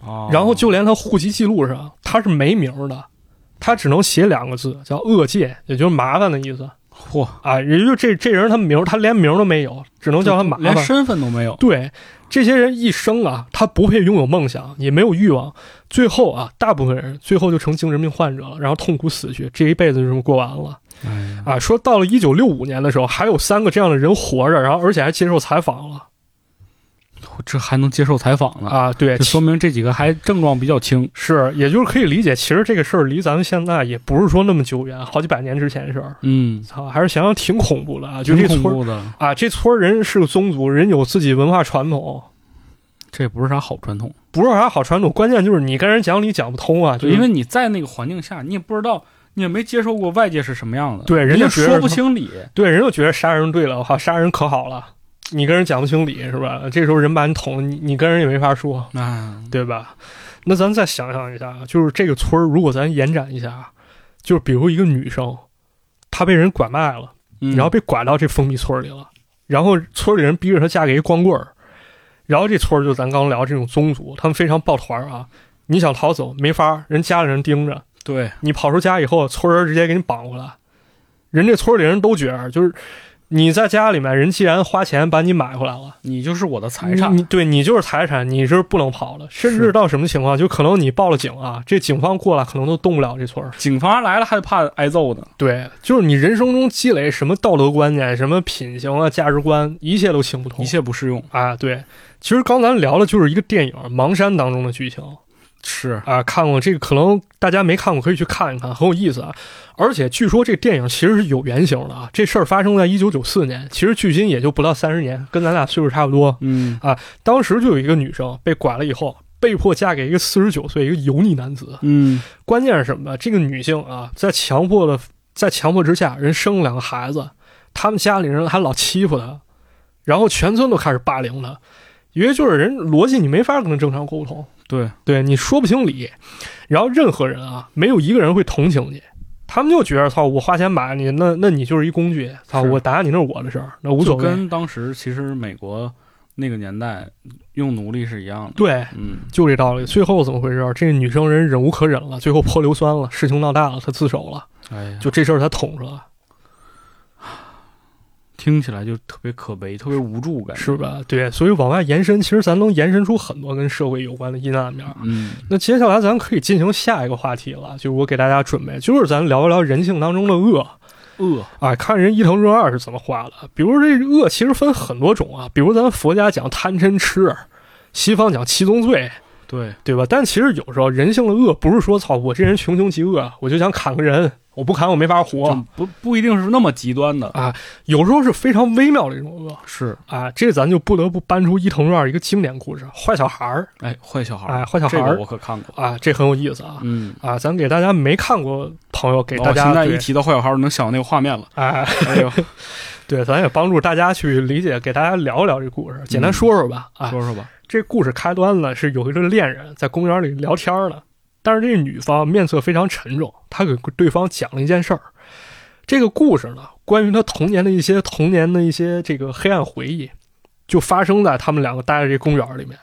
Speaker 2: 哦
Speaker 1: 然后就连他户籍记录上，他是没名儿的，他只能写两个字，叫恶界，也就是麻烦的意思
Speaker 2: 嚯，
Speaker 1: 啊。也就这这人他名儿，他连名儿都没有，只能叫他麻
Speaker 2: 连
Speaker 1: 烦。
Speaker 2: 身份都没有，
Speaker 1: 对，这些人一生啊，他不配拥有梦想，也没有欲望，最后啊，大部分人最后就成精神病患者了，然后痛苦死去，这一辈子就这么过完了
Speaker 2: 哎呀，
Speaker 1: 啊。说到了一九六五年的时候，还有三个这样的人活着，然后而且还接受采访了
Speaker 2: 这还能接受采访呢，
Speaker 1: 啊，对
Speaker 2: 这，说明这几个还症状比较轻。
Speaker 1: 是，也就是可以理解，其实这个事儿离咱们现在也不是说那么久远，好几百年之前的事儿。
Speaker 2: 嗯，
Speaker 1: 操，还是想想挺恐怖的啊！就这
Speaker 2: 挺
Speaker 1: 村
Speaker 2: 恐
Speaker 1: 儿
Speaker 2: 怖的，
Speaker 1: 啊，这村儿人是个宗族，人有自己文化传统，
Speaker 2: 这也不是啥好传统，
Speaker 1: 不是啥好传统，关键就是你跟人讲理讲不通啊，就
Speaker 2: 就是因为你在那个环境下，你也不知道，你也没接受过外界是什么样的，
Speaker 1: 对人
Speaker 2: 你
Speaker 1: 家
Speaker 2: 也
Speaker 1: 觉得
Speaker 2: 说不清理。
Speaker 1: 对人就觉得杀人对了，我靠，杀人可好了，你跟人讲不清理是吧？这时候人把你捅了，你你跟人也没法说，
Speaker 2: 啊，
Speaker 1: 对吧？那咱再想象一下，啊就是这个村儿，如果咱延展一下，啊就是比如一个女生，她被人拐卖了。
Speaker 2: 嗯
Speaker 1: 然后被拐到这封闭村里了，然后村里人逼着她嫁给一光棍儿，然后这村儿就咱刚聊这种宗族，他们非常抱团儿啊，你想逃走没法儿，人家里人盯着，
Speaker 2: 对，
Speaker 1: 你跑出家以后，村儿人直接给你绑回来，人这村里人都觉着就是。你在家里面，人既然花钱把你买回来了，
Speaker 2: 你就是我的财产
Speaker 1: 你，你对你就是财产，你是不能跑的。甚
Speaker 2: 是
Speaker 1: 至到什么情况，就可能你报了警啊，这警方过来可能都动不了这村儿。
Speaker 2: 警方来了还怕挨揍呢。
Speaker 1: 对，就是你人生中积累什么道德观念、什么品行啊、价值观，一切都行不通。
Speaker 2: 一切不适用，
Speaker 1: 啊，对，其实刚咱聊的就是一个电影《盲山》当中的剧情
Speaker 2: 是
Speaker 1: 啊，看过这个可能大家没看过，可以去看一看，很有意思啊。而且据说这电影其实是有原型的啊，这事儿发生在一九九四年，其实距今也就不到三十年，跟咱俩岁数差不多。
Speaker 2: 嗯，
Speaker 1: 当时就有一个女生被拐了以后，被迫嫁给一个四十九岁一个油腻男子，
Speaker 2: 嗯，
Speaker 1: 关键是什么呢？这个女性啊，在强迫的在强迫之下，人生了两个孩子，他们家里人还老欺负她，然后全村都开始霸凌她，因为就是人逻辑你没法跟她正常沟通，
Speaker 2: 对，
Speaker 1: 对你说不清理，然后任何人啊，没有一个人会同情你。他们就觉得操，我花钱买你，那那你就是一工具，操，
Speaker 2: 是
Speaker 1: 我打你那是我的事儿，那无所
Speaker 2: 就
Speaker 1: 谓。
Speaker 2: 跟当时其实美国那个年代用奴隶是一样的。
Speaker 1: 对，
Speaker 2: 嗯，
Speaker 1: 就这道理。最后怎么回事？这个女生人忍无可忍了，最后泼硫酸了，事情闹大了，她自首了，
Speaker 2: 哎呀，
Speaker 1: 就这事儿她捅出来了。
Speaker 2: 听起来就特别可悲，特别无助感觉。
Speaker 1: 是吧？对，所以往外延伸，其实咱能延伸出很多跟社会有关的阴暗面儿。
Speaker 2: 嗯，
Speaker 1: 那接下来咱可以进行下一个话题了，就是我给大家准备，就是咱聊一聊人性当中的恶
Speaker 2: 恶，
Speaker 1: 啊，看人伊藤润二是怎么画的。比如这恶其实分很多种啊，比如咱佛家讲贪嗔痴，西方讲七宗罪，
Speaker 2: 对，
Speaker 1: 对吧？但其实有时候人性的恶不是说操我这人穷凶极恶，我就想砍个人，我不砍我没法
Speaker 2: 就
Speaker 1: 活，
Speaker 2: 不不一定是那么极端的。
Speaker 1: 有时候是非常微妙的一种恶。
Speaker 2: 是，
Speaker 1: 啊，这咱就不得不搬出伊藤润二一个经典故事《坏小孩儿》。
Speaker 2: 哎，坏小孩儿，
Speaker 1: 哎，坏小孩
Speaker 2: 这
Speaker 1: 儿、
Speaker 2: 个我可看过。
Speaker 1: 啊，这很有意思啊
Speaker 2: 嗯，
Speaker 1: 啊！咱给大家没看过朋友给
Speaker 2: 哦
Speaker 1: 大家、
Speaker 2: 现在
Speaker 1: 对
Speaker 2: 一提到坏小孩儿，我能想到那个画面了。
Speaker 1: 哎，
Speaker 2: 哎呦，
Speaker 1: 对，咱也帮助大家去理解，给大家聊一聊这故事，简单
Speaker 2: 嗯
Speaker 1: 说说吧、啊。
Speaker 2: 说说吧，
Speaker 1: 这故事开端呢是有一对恋人在公园里聊天呢，但是这女方面色非常沉重，她给对方讲了一件事儿。这个故事呢，关于她童年的一些童年的一些这个黑暗回忆，就发生在他们两个待在这公园里面。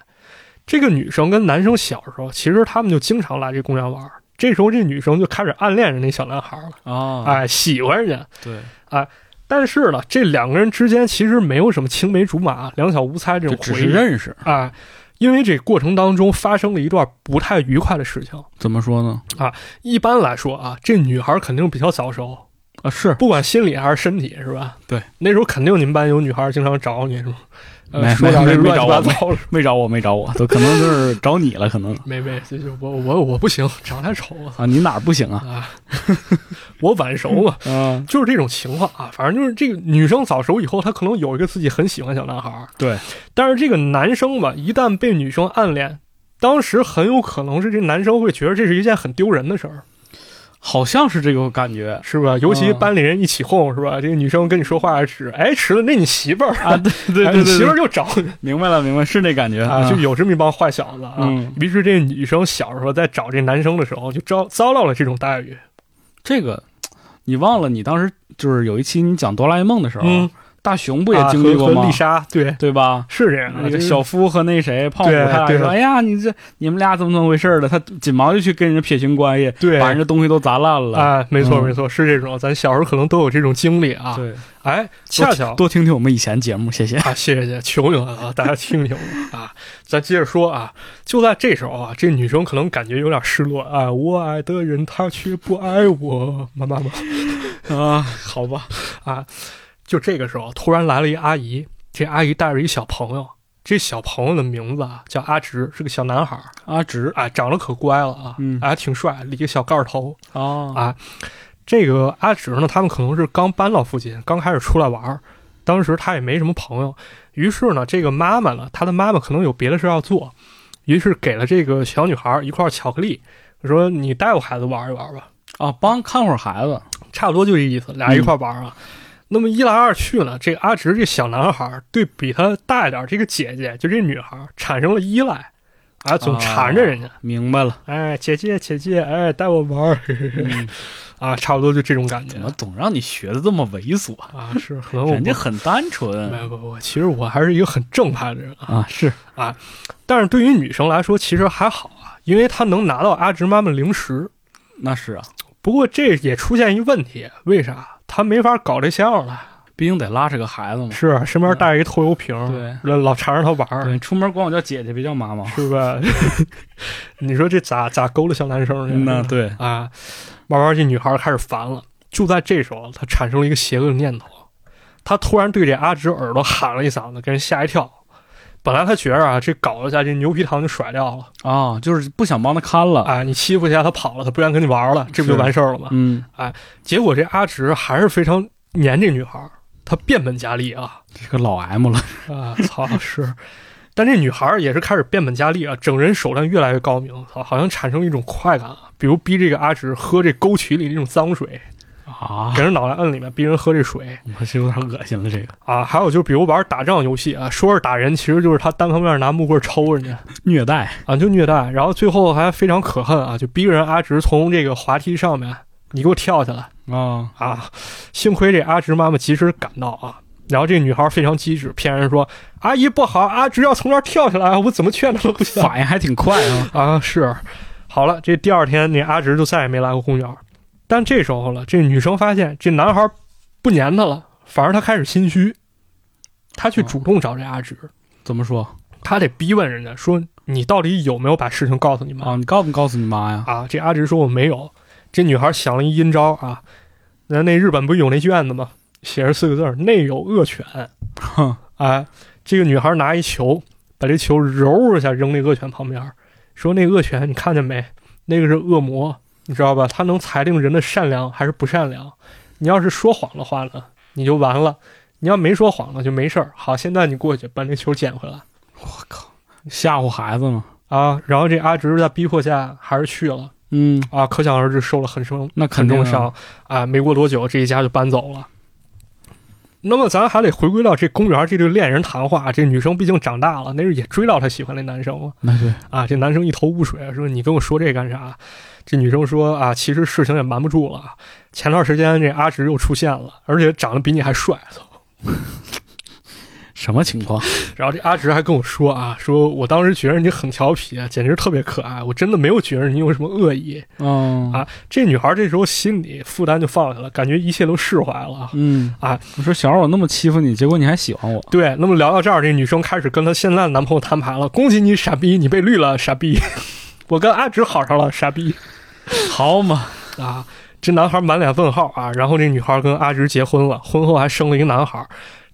Speaker 1: 这个女生跟男生小时候，其实他们就经常来这公园玩儿。这时候，这女生就开始暗恋着那小男孩了，
Speaker 2: 啊，，
Speaker 1: 哎，喜欢人家。
Speaker 2: 对，
Speaker 1: 但是呢，这两个人之间其实没有什么青梅竹马、两小无猜这
Speaker 2: 就
Speaker 1: 种
Speaker 2: 只
Speaker 1: 回
Speaker 2: 是
Speaker 1: 忆，
Speaker 2: 认识，
Speaker 1: 啊，因为这过程当中发生了一段不太愉快的事情。
Speaker 2: 怎么说呢？
Speaker 1: 一般来说啊，这女孩肯定比较早熟，
Speaker 2: 啊，是
Speaker 1: 不管心理还是身体，是吧？
Speaker 2: 对，
Speaker 1: 那时候肯定你们班有女孩经常找你，是吗？
Speaker 2: 没
Speaker 1: 呃，说点
Speaker 2: 没
Speaker 1: 这
Speaker 2: 没
Speaker 1: 乱
Speaker 2: 找
Speaker 1: 七八
Speaker 2: 我
Speaker 1: 糟的事，
Speaker 2: 没找我，没找我，都可能就是找你了，可能
Speaker 1: 没没，这就我我我不行，长太丑了
Speaker 2: 啊，你哪儿不行啊？
Speaker 1: 啊，我晚熟嘛，
Speaker 2: 嗯，
Speaker 1: 就是这种情况啊。反正就是这个女生早熟以后，她可能有一个自己很喜欢的小男孩，
Speaker 2: 对，
Speaker 1: 但是这个男生吧，一旦被女生暗恋，当时很有可能是这男生会觉得这是一件很丢人的事儿，
Speaker 2: 好像是这个 感觉
Speaker 1: 是吧？尤其
Speaker 2: 嗯
Speaker 1: 班里人一起哄，是吧？这个女生跟你说话迟，哎，迟了，那你媳妇儿，
Speaker 2: 啊，对对
Speaker 1: 哎
Speaker 2: 对
Speaker 1: 你媳
Speaker 2: 对
Speaker 1: 妇儿
Speaker 2: 对，
Speaker 1: 就找你
Speaker 2: 明白了，明白，是那感觉
Speaker 1: 啊，就有这么一帮坏小子啊。
Speaker 2: 嗯
Speaker 1: 于是这个女生小时候在找这男生的时候，就遭遭到了这种待遇。
Speaker 2: 这个，你忘了你当时就是有一期你讲哆啦 A 梦的时候，
Speaker 1: 嗯，
Speaker 2: 大雄不也
Speaker 1: 啊
Speaker 2: 经历过
Speaker 1: 和和
Speaker 2: 吗？
Speaker 1: 丽莎，对，
Speaker 2: 对吧？
Speaker 1: 是这样啊。
Speaker 2: 那个
Speaker 1: 就是
Speaker 2: 小夫和那谁胖虎
Speaker 1: 对
Speaker 2: 他俩
Speaker 1: 对
Speaker 2: 说：“哎呀，你这你们俩怎么怎么回事的？”他紧忙就去跟人家撇清关系，
Speaker 1: 对
Speaker 2: 把人家东西都砸烂了。
Speaker 1: 啊，没错
Speaker 2: 嗯
Speaker 1: 没错，是这种。咱小时候可能都有这种经历啊。
Speaker 2: 对，
Speaker 1: 哎，恰巧
Speaker 2: 多听听我们以前节目，谢谢。
Speaker 1: 啊，谢谢谢谢，求你了啊，大家听听我啊，咱接着说啊，就在这时候啊，这女生可能感觉有点失落啊，我爱的人他却不爱我，妈妈妈
Speaker 2: 啊， 好吧，
Speaker 1: 啊，就这个时候突然来了一阿姨，这阿姨带着一小朋友，这小朋友的名字啊叫阿直，是个小男孩儿，
Speaker 2: 阿直
Speaker 1: 哎，长得可乖了啊，
Speaker 2: 嗯
Speaker 1: 哎，挺帅，理个小盖儿头。
Speaker 2: 啊
Speaker 1: 啊这个阿直呢，他们可能是刚搬到附近，刚开始出来玩儿，当时他也没什么朋友，于是呢，这个妈妈呢，他的妈妈可能有别的事要做，于是给了这个小女孩儿一块巧克力，说你带我孩子玩一玩吧，
Speaker 2: 啊，帮看会儿孩子
Speaker 1: 差不多就这意思，俩人一块玩啊。那么一来二去呢，这个阿直这小男孩儿对比他大一点儿这个姐姐，就这女孩儿产生了依赖，啊，总缠着人家，
Speaker 2: 明白了，
Speaker 1: 哎，姐姐姐姐，哎，带我玩儿
Speaker 2: 嗯
Speaker 1: 啊，差不多就这种感觉
Speaker 2: 怎么总让你学的这么猥琐？
Speaker 1: 啊，是可能我
Speaker 2: 人家
Speaker 1: 不
Speaker 2: 很单
Speaker 1: 没
Speaker 2: 纯
Speaker 1: 有我其实我还是一个很正派的人啊，
Speaker 2: 啊，是
Speaker 1: 但是对于女生来说其实还好啊，因为她能拿到阿直妈妈零食。
Speaker 2: 那是啊，
Speaker 1: 不过这也出现一问题，为啥她没法搞这项了？
Speaker 2: 毕竟得拉扯个孩子嘛。
Speaker 1: 是啊身边带一拖油瓶，
Speaker 2: 嗯对
Speaker 1: 老缠着她玩儿，
Speaker 2: 对，出门管我叫姐姐，别叫妈妈。
Speaker 1: 是吧？ 你说这咋咋勾搭小男生去？
Speaker 2: 那对，
Speaker 1: 啊，慢慢这女孩开始烦了。就在这时候，她产生了一个邪恶的念头，她突然对这阿直耳朵喊了一嗓子，给人吓一跳。本来她觉着啊，这搞了一下，这牛皮糖就甩掉了
Speaker 2: 啊，就是不想帮他看了。
Speaker 1: 啊，你欺负一下她跑了，她不愿跟你玩了，这不就是完事儿了吗？
Speaker 2: 嗯，
Speaker 1: 结果这阿直还是非常粘这女孩，她变本加厉啊
Speaker 2: 这个老 M 了，
Speaker 1: 啊， 操是。但这女孩也是开始变本加厉啊，整人手段越来越高明，操，好像产生了一种快感啊，比如逼这个阿直喝这沟渠里那种脏水，
Speaker 2: 啊，
Speaker 1: 给人脑袋摁里面，逼人喝这水
Speaker 2: 我是有点恶心了。这个
Speaker 1: 啊。还有就比如玩打仗游戏啊，说是打人，其实就是他单方面拿木棍抽人家
Speaker 2: 虐待
Speaker 1: 啊，就虐待。然后最后还非常可恨啊，就逼人阿直从这个滑梯上面，你给我跳下来
Speaker 2: 啊，
Speaker 1: 啊！幸亏这阿直妈妈及时赶到啊。然后这女孩非常机智，骗人说：“阿姨不好，阿直要从这儿跳下来，啊我怎么劝她都不行。”
Speaker 2: 反应还挺快 啊。
Speaker 1: 啊，是。好了，这第二天那阿直就再也没来过公园儿。但这时候了，这女生发现这男孩儿不粘她了，反而她开始心虚，她去
Speaker 2: 哦
Speaker 1: 主动找这阿直，
Speaker 2: 怎么说
Speaker 1: 她得逼问人家说你到底有没有把事情告诉你妈
Speaker 2: 啊？你告诉你告诉你妈呀？
Speaker 1: 啊？这阿直说我没有。这女孩儿想了一阴招啊，那那日本不是有那卷子吗？写着四个字儿“内有恶犬”。
Speaker 2: 哼，
Speaker 1: 哎，这个女孩拿一球，把这球揉一下扔那恶犬旁边，说：“那恶犬你看见没？那个是恶魔，你知道吧？它能裁定人的善良还是不善良。你要是说谎的话呢，你就完了；你要没说谎呢，就没事儿。好，现在你过去把那球捡回来
Speaker 2: 我靠，吓唬孩子嘛。
Speaker 1: 啊！”然后这阿直在逼迫下还是去了
Speaker 2: 嗯，
Speaker 1: 啊，可想而知受了很深
Speaker 2: 那
Speaker 1: 很
Speaker 2: 肯定
Speaker 1: 重
Speaker 2: 啊
Speaker 1: 伤啊。没过多久，这一家就搬走了。那么咱还得回归到这公园这对恋人谈话，这女生毕竟长大了，那是也追到她喜欢那男生了
Speaker 2: 那对，
Speaker 1: 啊。这男生一头雾水，啊说你跟我说这干啥？这女生说啊，其实事情也瞒不住了，前段时间这阿直又出现了，而且长得比你还帅。操
Speaker 2: 什么情况？
Speaker 1: 然后这阿直还跟我说啊，说我当时觉得你很调皮，啊简直特别可爱，我真的没有觉得你有什么恶意。
Speaker 2: 嗯
Speaker 1: 啊这女孩这时候心理负担就放下了，感觉一切都释怀了。
Speaker 2: 嗯
Speaker 1: 啊，
Speaker 2: 我说小时候我那么欺负你，结果你还喜欢我，
Speaker 1: 对，那么聊到这儿，这女生开始跟她现在的男朋友摊牌了。恭喜你，傻逼，你被绿了，傻逼。 我跟阿直好上了，傻逼
Speaker 2: 好嘛？
Speaker 1: 啊！这男孩满脸问号啊。然后这女孩跟阿直结婚了，婚后还生了一个男孩。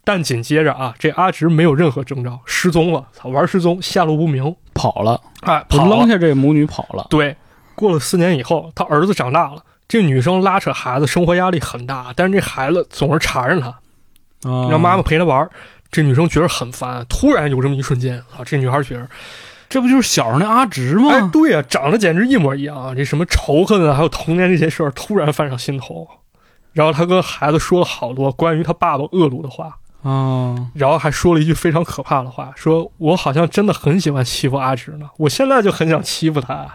Speaker 1: 但紧接着啊，这阿直没有任何征兆，失踪了，操，玩失踪，下落不明，
Speaker 2: 跑了，
Speaker 1: 哎，
Speaker 2: 我
Speaker 1: 跑
Speaker 2: 扔
Speaker 1: 了。
Speaker 2: 下这母女跑了。
Speaker 1: 对，过了四年以后，他儿子长大了。这女生拉扯孩子，生活压力很大，但是这孩子总是缠着她，
Speaker 2: 啊
Speaker 1: 让妈妈，陪她玩儿。这女生觉得很烦，突然有这么一瞬间啊，这女孩觉得
Speaker 2: 这不就是小时候那阿直
Speaker 1: 哎，
Speaker 2: 吗？
Speaker 1: 对呀、长得简直一模一样啊！这什么仇恨啊，还有童年这些事儿，突然泛上心头。然后他跟孩子说了好多关于他爸爸恶毒的话，
Speaker 2: 啊，
Speaker 1: 然后还说了一句非常可怕的话，说我好像真的很喜欢欺负阿直呢，我现在就很想欺负他。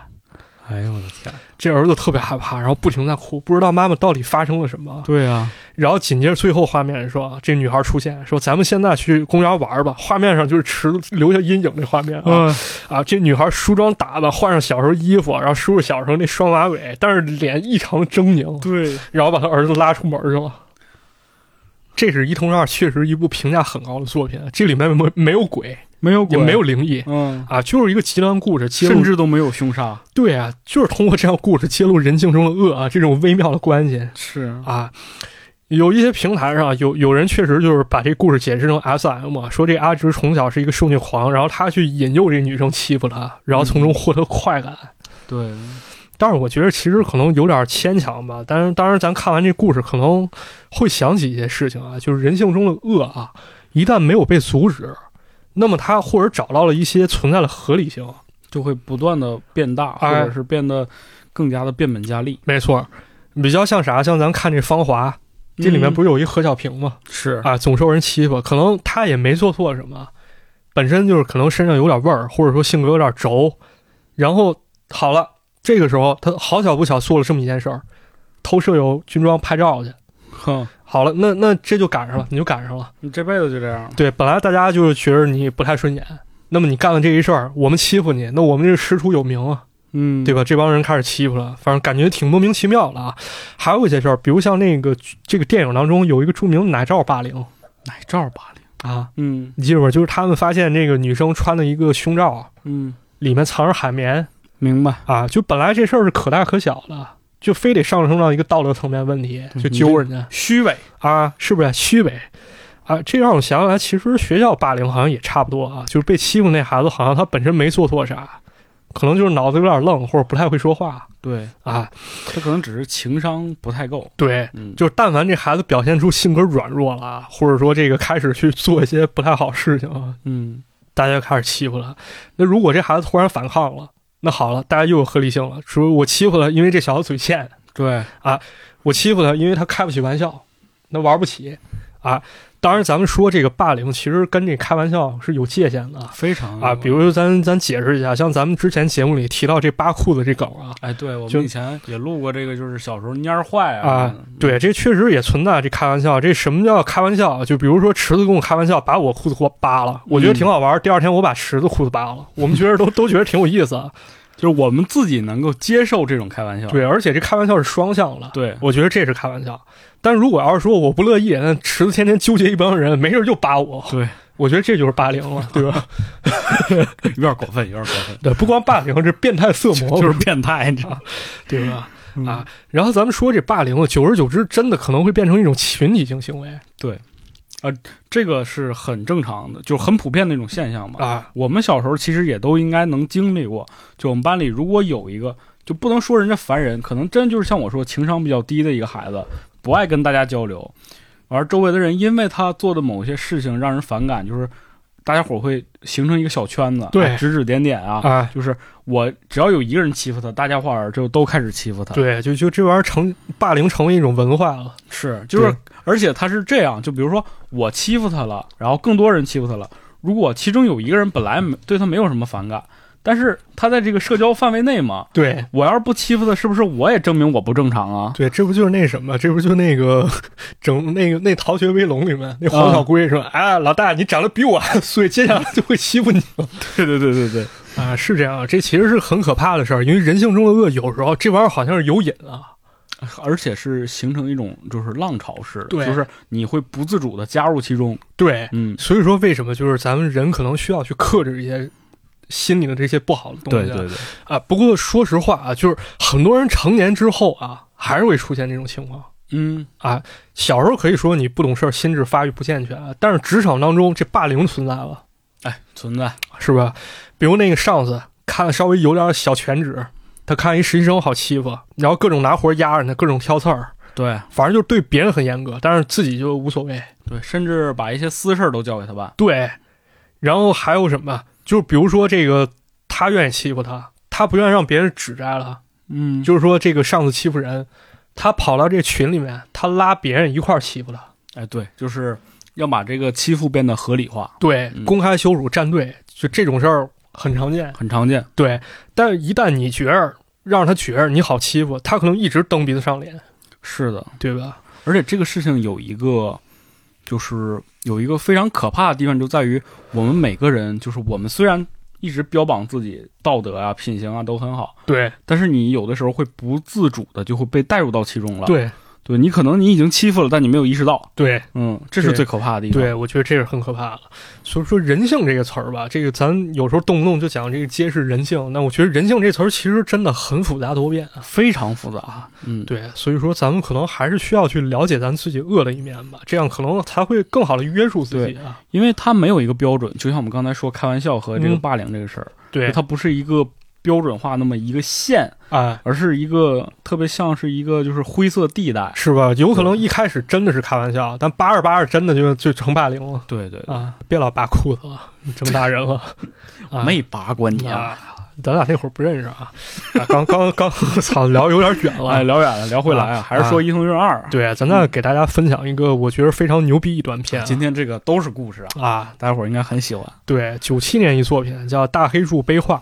Speaker 2: 哎呦我的天！
Speaker 1: 这儿子特别害怕，然后不停在哭，不知道妈妈到底发生了什么。
Speaker 2: 对啊，
Speaker 1: 然后紧接着最后画面说，这女孩出现，说咱们现在去公园玩吧。画面上就是池留下阴影这画面啊。
Speaker 2: 嗯，
Speaker 1: 啊，这女孩梳妆打扮，换上小时候衣服，然后梳着小时候那双马尾，但是脸异常狰狞，
Speaker 2: 对，
Speaker 1: 然后把她儿子拉出门去了。这是一同二，确实一部评价很高的作品。这里面没没有鬼，
Speaker 2: 没有
Speaker 1: 也
Speaker 2: 鬼，
Speaker 1: 没有，灵异
Speaker 2: 嗯，
Speaker 1: 啊，就是一个极端故事，揭
Speaker 2: 甚
Speaker 1: 露
Speaker 2: 至都没有凶杀。
Speaker 1: 对啊，就是通过这样故事揭露人性中的恶啊，这种微妙的关系
Speaker 2: 是
Speaker 1: 啊。有一些平台上有有人确实就是把这故事解释成 S M，说这阿直从小是一个受虐狂，然后他去引诱这女生欺负他，然后从中获得快感。
Speaker 2: 对，
Speaker 1: 但是我觉得其实可能有点牵强吧。但是当然，咱看完这故事可能会想起一些事情啊，就是人性中的恶啊，一旦没有被阻止，那么他或者找到了一些存在的合理性。
Speaker 2: 就会不断的变大，或
Speaker 1: 哎
Speaker 2: 者是变得更加的变本加厉。
Speaker 1: 没错，比较像啥？像咱看这《芳华》，这里面不
Speaker 2: 是
Speaker 1: 是有一何小平吗？
Speaker 2: 是
Speaker 1: 啊，总受人欺负，可能他也没做错什么，本身就是可能身上有点味儿，或者说性格有点轴，然后好了，这个时候他好巧不巧做了这么一件事儿，偷舍友军装拍照去。
Speaker 2: 哼，
Speaker 1: 好了，那那这就赶上了，你就赶上了。
Speaker 2: 你这辈子就这样。
Speaker 1: 对，本来大家就是觉得你不太顺眼，那么你干了这一事儿，我们欺负你，那我们这师出有名啊，
Speaker 2: 嗯，
Speaker 1: 对吧？这帮人开始欺负了，反正感觉挺莫名其妙了啊。还有一些事儿，比如像那个这个电影当中有一个著名的奶罩霸凌
Speaker 2: 奶罩霸凌。
Speaker 1: 啊，
Speaker 2: 嗯
Speaker 1: 你记住吗？就是他们发现那个女生穿的一个胸罩，啊
Speaker 2: 嗯，
Speaker 1: 里面藏着海绵
Speaker 2: 明白。
Speaker 1: 啊，就本来这事儿是可大可小的，就非得上升到一个道德层面问题，
Speaker 2: 嗯
Speaker 1: 就揪人家
Speaker 2: 虚伪。
Speaker 1: 啊，是不是虚伪啊？这让我想起来，其实学校霸凌好像也差不多啊，就是被欺负那孩子好像他本身没做错啥，可能就是脑子有点愣或者不太会说话
Speaker 2: 对，
Speaker 1: 啊。
Speaker 2: 他可能只是情商不太够。
Speaker 1: 对，
Speaker 2: 嗯，
Speaker 1: 就是但凡这孩子表现出性格软弱了啊，或者说这个开始去做一些不太好事情啊，
Speaker 2: 嗯，
Speaker 1: 大家就开始欺负他。那如果这孩子突然反抗了，那好了，大家又有合理性了，说我欺负他，因为这小子嘴欠，
Speaker 2: 对，
Speaker 1: 我欺负他，因为他开不起玩笑，那玩不起啊。当然，咱们说这个霸凌其实跟这开玩笑是有界限的
Speaker 2: 非常
Speaker 1: 啊。比，如咱咱解释一下，像咱们之前节目里提到这扒裤子这梗啊，
Speaker 2: 哎，对我
Speaker 1: 就
Speaker 2: 们以前也录过这个，就是小时候蔫儿坏
Speaker 1: 啊
Speaker 2: 嗯
Speaker 1: 对，这确实也存在这开玩笑。这什么叫开玩笑？就比如说池子跟我开玩笑，把我裤子给我扒了，我觉得挺好玩。第二天我把池子裤子扒了，我们觉得都都觉得挺有意思。啊。
Speaker 2: 就是我们自己能够接受这种开玩笑。
Speaker 1: 对，而且这开玩笑是双向的，
Speaker 2: 对，
Speaker 1: 我觉得这是开玩笑。但如果要是说我不乐意，那池子天天纠结一帮人，没事就扒我，
Speaker 2: 对，
Speaker 1: 我觉得这就是霸凌了，对 吧？
Speaker 2: 有点过分，有点过分，
Speaker 1: 对，不光霸凌，这变态 色魔
Speaker 2: 就是变态，你知道吗
Speaker 1: 对吧？啊， 然后咱们说这霸凌，久而久之，真的可能会变成一种群体性行为
Speaker 2: 这个是很正常的，就是很普遍的一种现象嘛。
Speaker 1: 啊。
Speaker 2: 我们小时候其实也都应该能经历过，就我们班里如果有一个，就不能说人家烦人，可能真就是像我说情商比较低的一个孩子，不爱跟大家交流，而周围的人因为他做的某些事情让人反感，就是大家伙会形成一个小圈子，
Speaker 1: 对
Speaker 2: 啊指指点点啊，
Speaker 1: 啊，
Speaker 2: 就是我只要有一个人欺负他，大家伙儿就都开始欺负他。
Speaker 1: 对，就就这玩意儿成霸凌成为一种文化了，
Speaker 2: 是，就是
Speaker 1: 对，
Speaker 2: 而且他是这样，就比如说我欺负他了，然后更多人欺负他了。如果其中有一个人本来没对他没有什么反感，但是他在这个社交范围内嘛，
Speaker 1: 对
Speaker 2: 我要是不欺负他，是不是我也证明我不正常啊？
Speaker 1: 对，这不就是那什么？这不就是那个 整那个那《逃学威龙》里面那
Speaker 2: 啊
Speaker 1: 黄小龟说：“哎，老大，你长得比我还 所以接下来就会欺负你。”
Speaker 2: 对对对对对，
Speaker 1: 啊，是这样，这其实是很可怕的事儿，因为人性中的恶有时候这玩意儿好像是有瘾啊。
Speaker 2: 而且是形成一种就是浪潮式的，
Speaker 1: 对
Speaker 2: 就是你会不自主的加入其中。
Speaker 1: 对，
Speaker 2: 嗯，
Speaker 1: 所以说为什么就是咱们人可能需要去克制一些心里的这些不好的东
Speaker 2: 对
Speaker 1: 西啊
Speaker 2: 对对，
Speaker 1: 啊。不过说实话啊，就是很多人成年之后啊，还是会出现这种情况。
Speaker 2: 嗯，
Speaker 1: 小时候可以说你不懂事儿，心智发育不健全啊，但是职场当中这霸凌存在了，
Speaker 2: 哎，存在，
Speaker 1: 是吧？比如那个上司看稍微有点小权职，他看一实习生好欺负，然后各种拿活压着他，各种挑刺儿。
Speaker 2: 对
Speaker 1: 反正就是对别人很严格，但是自己就无所谓。
Speaker 2: 对，甚至把一些私事儿都交给他办。
Speaker 1: 对，然后还有什么？就是比如说这个，他愿意欺负他，他不愿意让别人指摘了。
Speaker 2: 嗯就
Speaker 1: 就是说这个上司欺负人，他跑到这群里面，他拉别人一块儿欺负他。
Speaker 2: 哎对，就是要把这个欺负变得合理化，
Speaker 1: 对，
Speaker 2: 嗯
Speaker 1: 公开羞辱站队，就这种事儿很常见。
Speaker 2: 很常见。
Speaker 1: 对，但是一旦你觉着让他觉着你好欺负，他可能一直蹬鼻子上脸，
Speaker 2: 是的，
Speaker 1: 对吧？
Speaker 2: 而且这个事情有一个，就是有一个非常可怕的地方，就在于我们每个人，就是我们虽然一直标榜自己道德啊、品行啊都很好，
Speaker 1: 对
Speaker 2: 但是你有的时候会不自主的就会被带入到其中了。，
Speaker 1: 对
Speaker 2: 对你可能你已经欺负了，但你没有意识到，
Speaker 1: 对
Speaker 2: 嗯，这是
Speaker 1: 对
Speaker 2: 最可怕的地方。
Speaker 1: 对，我觉得这是很可怕的。所以说“人性”这个词儿吧，这个咱有时候动不动就讲这个揭示人性，那我觉得“人性”这词儿其实真的很复杂多变啊。
Speaker 2: 非常复杂，嗯，
Speaker 1: 对，所以说咱们可能还是需要去了解咱自己恶的一面吧，这样可能才会更好的约束自己啊。
Speaker 2: 因为它没有一个标准，就像我们刚才说开玩笑和这个
Speaker 1: 嗯
Speaker 2: 霸凌这个事儿，
Speaker 1: 对，
Speaker 2: 它不是一个标准化那么一个线，
Speaker 1: 哎，
Speaker 2: 而是一个特别像是一个就是灰色地带。
Speaker 1: 是吧？有可能一开始真的是开玩笑，但扒着扒着真的就就成霸凌了
Speaker 2: 对对对，
Speaker 1: 啊！别老扒裤子了，你这么大人 了，啊
Speaker 2: 没拔过你啊！
Speaker 1: 啊，咱俩那会儿不认识啊，啊刚刚 刚，操，聊有点远
Speaker 2: 哎，
Speaker 1: 了。
Speaker 2: 聊远了，聊回来啊，啊还是说《异同院二》。
Speaker 1: 对，啊咱再给大家分享一个我觉得非常牛逼一短片啊
Speaker 2: 嗯今天这个都是故事啊，
Speaker 1: 啊，
Speaker 2: 大家伙儿应该很喜欢。
Speaker 1: 对，九七年一作品叫《大黑柱碑画》，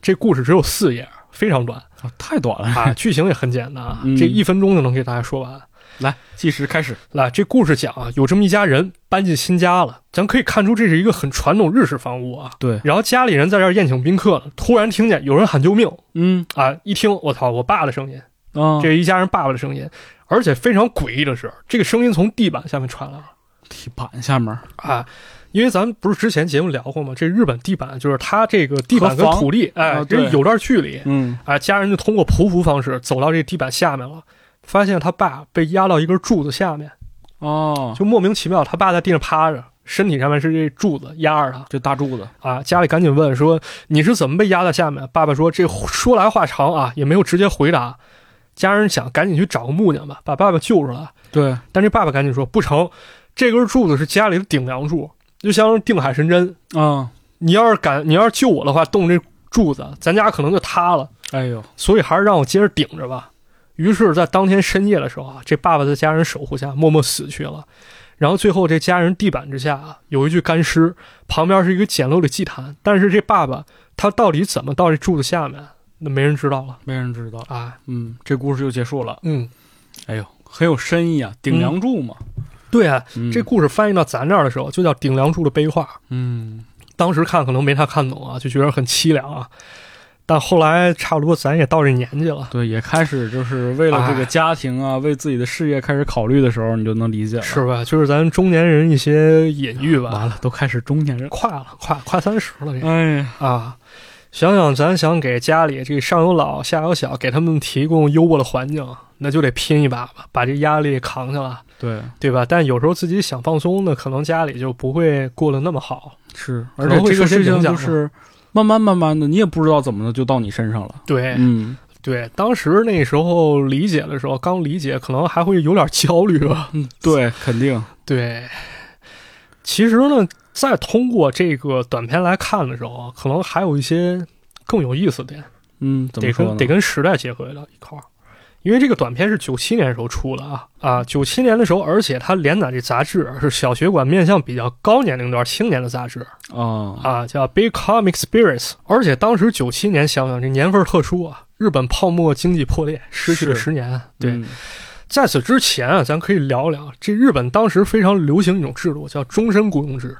Speaker 1: 这故事只有四页，非常 短
Speaker 2: 啊太短了，
Speaker 1: 啊，剧情也很简单啊，
Speaker 2: 嗯
Speaker 1: 这一分钟就能给大家说完。
Speaker 2: 来计时开始。
Speaker 1: 那这故事讲啊，有这么一家人搬进新家了，咱可以看出这是一个很传统日式房屋啊。
Speaker 2: 对，
Speaker 1: 然后家里人在这儿宴请宾客呢，突然听见有人喊救命
Speaker 2: 嗯
Speaker 1: 啊！一听，我操，我爸的声音，
Speaker 2: 啊，
Speaker 1: 这一家人爸爸的声音，而且非常诡异的是，这个声音从地板下面传来了
Speaker 2: 地板下面
Speaker 1: 啊！因为咱们不是之前节目聊过吗？这日本地板就是它这个地板跟
Speaker 2: 和房
Speaker 1: 土地，哎
Speaker 2: 啊，对
Speaker 1: 这有段距离
Speaker 2: 嗯，
Speaker 1: 啊。家人就通过匍匐方式走到这地板下面了，发现他爸被压到一根柱子下面，
Speaker 2: 哦，
Speaker 1: 就莫名其妙，他爸在地上趴着。身体上面是这柱子压着他
Speaker 2: 这大柱子，
Speaker 1: 啊！家里赶紧问说你是怎么被压在下面？爸爸说这说来话长啊，也没有直接回答。家人想赶紧去找个木匠吧，把爸爸救出来。
Speaker 2: 对，
Speaker 1: 但这爸爸赶紧说不成，这根柱子是家里的顶梁柱，就相当于定海神针。
Speaker 2: 啊，
Speaker 1: 你要是敢，你要是救我的话，动这柱子，咱家可能就塌了。
Speaker 2: 哎呦，
Speaker 1: 所以还是让我接着顶着吧。于是，在当天深夜的时候啊，这爸爸在家人守护下默默死去了。然后最后，这家人地板之下啊，有一具干尸，旁边是一个简陋的祭坛。但是这爸爸他到底怎么到这柱子下面，那没人知道了
Speaker 2: 没人知道。
Speaker 1: 啊。
Speaker 2: 嗯，这故事就结束了。
Speaker 1: 嗯，
Speaker 2: 哎呦，很有深意啊，顶梁柱嘛。
Speaker 1: 对啊，
Speaker 2: 嗯
Speaker 1: 这故事翻译到咱这儿的时候，就叫《顶梁柱的悲画》。
Speaker 2: 嗯，
Speaker 1: 当时看可能没他看懂啊，就觉得很凄凉啊。但后来差不多咱也到这年纪了，
Speaker 2: 对，也开始就是为了这个家庭啊，为自己的事业开始考虑的时候，你就能理解了。
Speaker 1: 是吧？就是咱中年人一些隐喻吧。
Speaker 2: 完了，都开始中年人。
Speaker 1: 快了，快快三十了，这
Speaker 2: 哎呀，
Speaker 1: 啊，想想咱想给家里这上有老下有小，给他们提供优渥的环境，那就得拼一把吧，把这压力扛下来，
Speaker 2: 对，
Speaker 1: 对吧？但有时候自己想放松呢，可能家里就不会过得那么好。
Speaker 2: 是，
Speaker 1: 可
Speaker 2: 而
Speaker 1: 能
Speaker 2: 且
Speaker 1: 会
Speaker 2: 这
Speaker 1: 受
Speaker 2: 个事
Speaker 1: 些
Speaker 2: 情
Speaker 1: 影响
Speaker 2: 就
Speaker 1: 啊
Speaker 2: 是慢慢慢慢的，你也不知道怎么的就到你身上了。
Speaker 1: 对、
Speaker 2: 嗯
Speaker 1: 对，当时那时候理解的时候，刚理解，可能还会有点焦虑吧。
Speaker 2: 嗯，对，肯定。
Speaker 1: 对，其实呢，再通过这个短片来看的时候啊，可能还有一些更有意思的点。
Speaker 2: 嗯，怎么
Speaker 1: 得
Speaker 2: 说呢？
Speaker 1: 跟得跟时代结合到一块儿，因为这个短片是九七年的时候出的啊啊，九七年的时候，而且它连载这杂志是小学馆面向比较高年龄段青年的杂志
Speaker 2: 啊
Speaker 1: 啊，叫《Big Comic Spirits》，而且当时九七年想想这年份儿特殊啊，日本泡沫经济破裂，失去了
Speaker 2: 是
Speaker 1: 十年。对，
Speaker 2: 嗯
Speaker 1: 在此之前啊，咱可以聊聊这日本当时非常流行一种制度，叫终身雇佣制。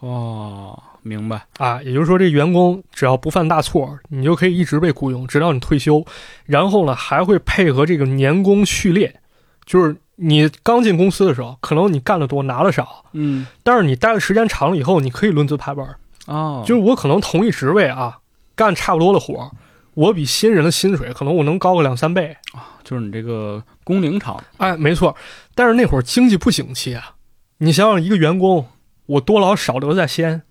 Speaker 2: 哦，明白。
Speaker 1: 啊，也就是说，这员工只要不犯大错，你就可以一直被雇佣，直到你退休。然后呢，还会配合这个年功序列，就是你刚进公司的时候，可能你干的多，拿的少，
Speaker 2: 嗯
Speaker 1: 但是你待的时间长了以后，你可以轮资排班儿。
Speaker 2: 哦，
Speaker 1: 就是我可能同一职位啊，干差不多的活儿，我比新人的薪水可能我能高个两三倍。
Speaker 2: 就是你这个工龄长，
Speaker 1: 哎，没错。但是那会儿经济不景气啊，你想想一个员工，我多劳少得在先，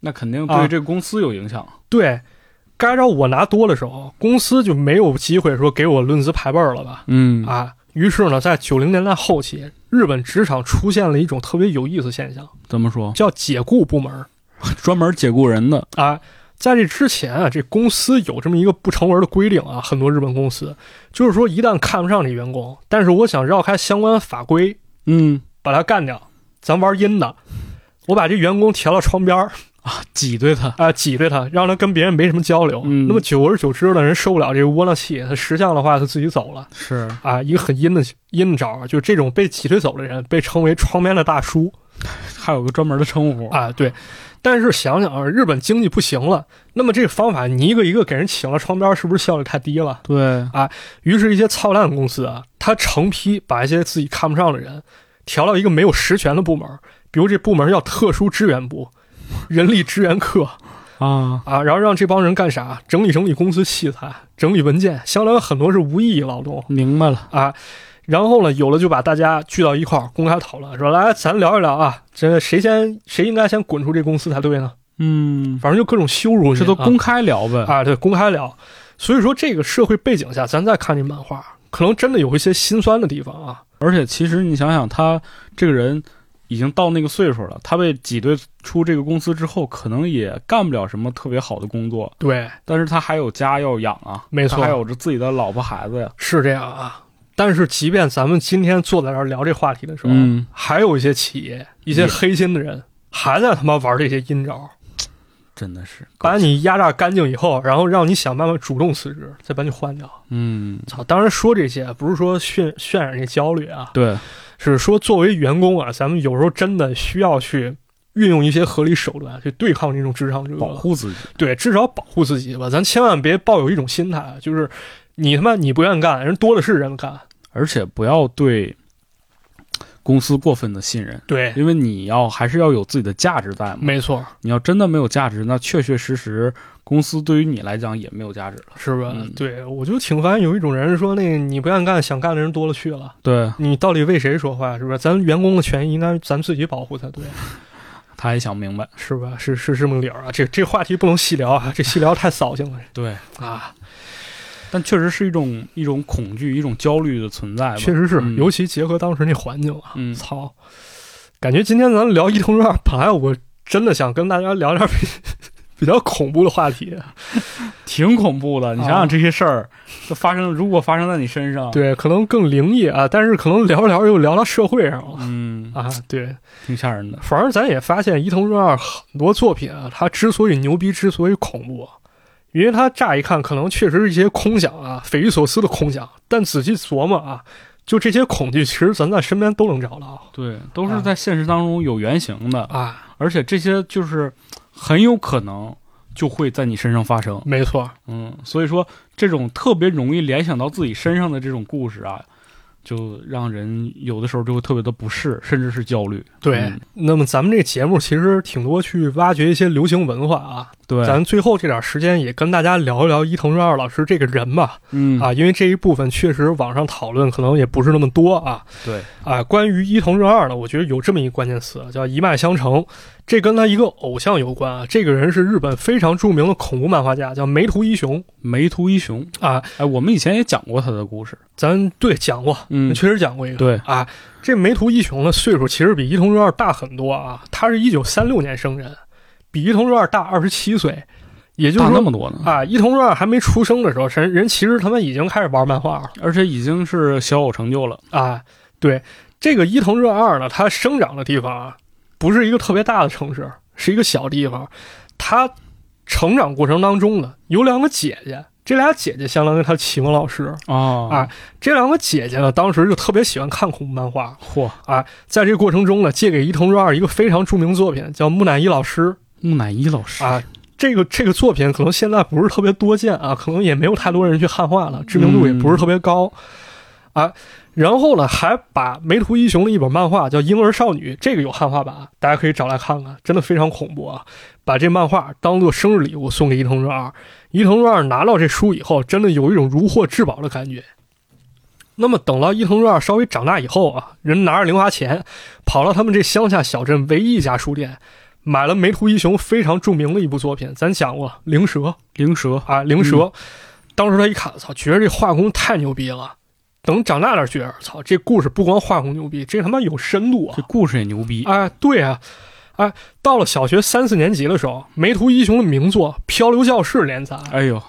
Speaker 2: 那肯定
Speaker 1: 啊
Speaker 2: 对这个公司有影响。
Speaker 1: 对，该着我拿多的时候，公司就没有机会说给我论资排辈儿了吧？
Speaker 2: 嗯
Speaker 1: 啊，于是呢，在九零年代后期，日本职场出现了一种特别有意思现象，
Speaker 2: 怎么说？
Speaker 1: 叫解雇部门儿
Speaker 2: 专门解雇人的。
Speaker 1: 啊。在这之前啊，这公司有这么一个不成文的规定啊，很多日本公司就是说，一旦看不上这员工，但是我想绕开相关法规
Speaker 2: 嗯
Speaker 1: 把他干掉，咱玩阴的，我把这员工调到窗边儿，
Speaker 2: 啊，挤兑他。
Speaker 1: 啊，挤兑他，让他跟别人没什么交流。
Speaker 2: 嗯
Speaker 1: 那么久而久之呢，人受不了这个窝囊气，他识相的话，他自己走了
Speaker 2: 是，
Speaker 1: 啊啊。一个很阴的阴的招儿，就这种被挤兑走的人，被称为窗边的大叔
Speaker 2: 还有个专门的称呼。
Speaker 1: 啊，对。但是想想啊，日本经济不行了，那么这个方法你一个一个给人请了窗边，是不是效率太低了？
Speaker 2: 对，
Speaker 1: 于是，一些操蛋公司啊，他成批把一些自己看不上的人调到一个没有实权的部门，比如这部门叫特殊支援部、人力支援科
Speaker 2: 啊，
Speaker 1: 啊，然后让这帮人干啥？整理整理公司器材，整理文件，相当于很多是无意义劳动。
Speaker 2: 明白了。
Speaker 1: 啊。然后呢，有了就把大家聚到一块儿公开讨论，说来咱聊一聊啊，这谁先谁应该先滚出这公司才对呢？
Speaker 2: 嗯，
Speaker 1: 反正就各种羞辱你啊，
Speaker 2: 这都公开聊呗。
Speaker 1: 啊，对，公开聊。所以说这个社会背景下，咱再看这漫画，可能真的有一些心酸的地方啊。
Speaker 2: 而且其实你想想，他这个人已经到那个岁数了，他被挤兑出这个公司之后，可能也干不了什么特别好的工作，
Speaker 1: 对，
Speaker 2: 但是他还有家要养啊，
Speaker 1: 没错
Speaker 2: 他还有着自己的老婆孩子呀。
Speaker 1: 是这样啊。但是即便咱们今天坐在这儿聊这话题的时候，
Speaker 2: 嗯，
Speaker 1: 还有一些企业、一些
Speaker 2: 也
Speaker 1: 黑心的人，还在他妈玩这些阴招，
Speaker 2: 真的是
Speaker 1: 把你压榨干净以后，然后让你想办法主动辞职，再把你换掉。
Speaker 2: 嗯，
Speaker 1: 操！当然说这些不是说渲渲染这焦虑啊，
Speaker 2: 对，
Speaker 1: 是说作为员工啊，咱们有时候真的需要去运用一些合理手段去对抗这种职场这个
Speaker 2: 保护自己。
Speaker 1: 对，至少保护自己吧。咱千万别抱有一种心态，就是你他妈你不愿意干，人多的是人干。
Speaker 2: 而且不要对公司过分的信任，
Speaker 1: 对，
Speaker 2: 因为你要还是要有自己的价值在嘛。
Speaker 1: 没错，
Speaker 2: 你要真的没有价值，那确确实实公司对于你来讲也没有价值了。
Speaker 1: 是吧？
Speaker 2: 嗯
Speaker 1: 对，我就挺烦有一种人说，那个你不愿意干，想干的人多了去了，
Speaker 2: 对，
Speaker 1: 你到底为谁说话？是不是？咱员工的权益应该咱自己保护才对，
Speaker 2: 他也想明白。
Speaker 1: 是吧？是是这么个理儿啊。这这话题不能细聊啊，这细聊太扫兴了
Speaker 2: 对，
Speaker 1: 啊。
Speaker 2: 但确实是一种一种恐惧、一种焦虑的存在吧。
Speaker 1: 确实是，
Speaker 2: 嗯
Speaker 1: 尤其结合当时那环境啊，
Speaker 2: 嗯
Speaker 1: 操！感觉今天咱聊伊藤润二， 本来我真的想跟大家聊点比 比较恐怖的话题，
Speaker 2: 啊挺恐怖的。你想
Speaker 1: 啊
Speaker 2: 想这些事儿，这发生如果发生在你身上，，
Speaker 1: 对，可能更灵异啊，但是可能聊着聊着又聊到社会上了。
Speaker 2: 嗯，
Speaker 1: 啊，对，
Speaker 2: 挺吓人的。
Speaker 1: 反正咱也发现伊藤润二很多作品啊，他之所以牛逼，之所以恐怖，因为他乍一看可能确实是一些空想啊，匪夷所思的空想，但仔细琢磨啊，就这些恐惧，其实咱在身边都能找到
Speaker 2: 对，都是在现实当中有原型的，
Speaker 1: 啊，
Speaker 2: 而且这些就是很有可能就会在你身上发生。
Speaker 1: 没错，
Speaker 2: 嗯，所以说这种特别容易联想到自己身上的这种故事啊，就让人有的时候就会特别的不适，甚至是焦虑。
Speaker 1: 对，
Speaker 2: 嗯
Speaker 1: 那么咱们这节目其实挺多去挖掘一些流行文化啊。
Speaker 2: 对，
Speaker 1: 咱最后这点时间也跟大家聊一聊伊藤润二老师这个人吧，
Speaker 2: 嗯
Speaker 1: 啊，因为这一部分确实网上讨论可能也不是那么多啊。
Speaker 2: 对
Speaker 1: 啊，关于伊藤润二呢，我觉得有这么一个关键词啊叫一脉相承，这跟他一个偶像有关啊。这个人是日本非常著名的恐怖漫画家，叫梅图一雄
Speaker 2: 梅图一雄，
Speaker 1: 啊。
Speaker 2: 哎，我们以前也讲过他的故事。
Speaker 1: 咱对讲过，
Speaker 2: 嗯，
Speaker 1: 确实讲过一个。
Speaker 2: 对，
Speaker 1: 啊，这梅图一雄的岁数其实比伊藤润二大很多啊，他是一九三六年生人，比伊藤润二大二十七岁，也就是
Speaker 2: 大那
Speaker 1: 说
Speaker 2: 么多呢，
Speaker 1: 啊，伊藤润二还没出生的时候，人人其实他们已经开始玩漫画了
Speaker 2: 而且已经是小有成就了。
Speaker 1: 啊。对，这个伊藤润二呢，他生长的地方啊，不是一个特别大的城市，是一个小地方。他成长过程当中呢，有两个姐姐，这俩姐姐相当于他启蒙老师。
Speaker 2: 哦
Speaker 1: 啊这两个姐姐呢，当时就特别喜欢看恐怖漫画，
Speaker 2: 嚯，
Speaker 1: 在这个过程中呢，借给伊藤润二一个非常著名作品，叫《木乃伊老师
Speaker 2: 木乃伊老》师，
Speaker 1: 啊。这个这个作品可能现在不是特别多见啊，可能也没有太多人去汉化了，知名度也不是特别高、啊。然后呢，还把梅图一雄的一本漫画叫《婴儿少女》，这个有汉化版，大家可以找来看看，真的非常恐怖啊！把这漫画当做生日礼物送给伊藤润二，伊藤润二拿到这书以后，真的有一种如获至宝的感觉。那么等到伊藤润二稍微长大以后啊，人拿着零花钱，跑到他们这乡下小镇唯一一家书店，买了梅图一雄非常著名的一部作品，咱讲过《灵蛇》
Speaker 2: 灵蛇，
Speaker 1: 啊，《灵蛇》
Speaker 2: 嗯
Speaker 1: 当时他一看，操，觉得这画工太牛逼了。等长大点儿觉得，操，这故事不光画工牛逼，这他妈有深度啊
Speaker 2: 这！故事也牛逼。
Speaker 1: 啊，对啊，啊，到了小学三四年级的时候，梅图一雄的名作《漂流教室》连载，
Speaker 2: 哎呦，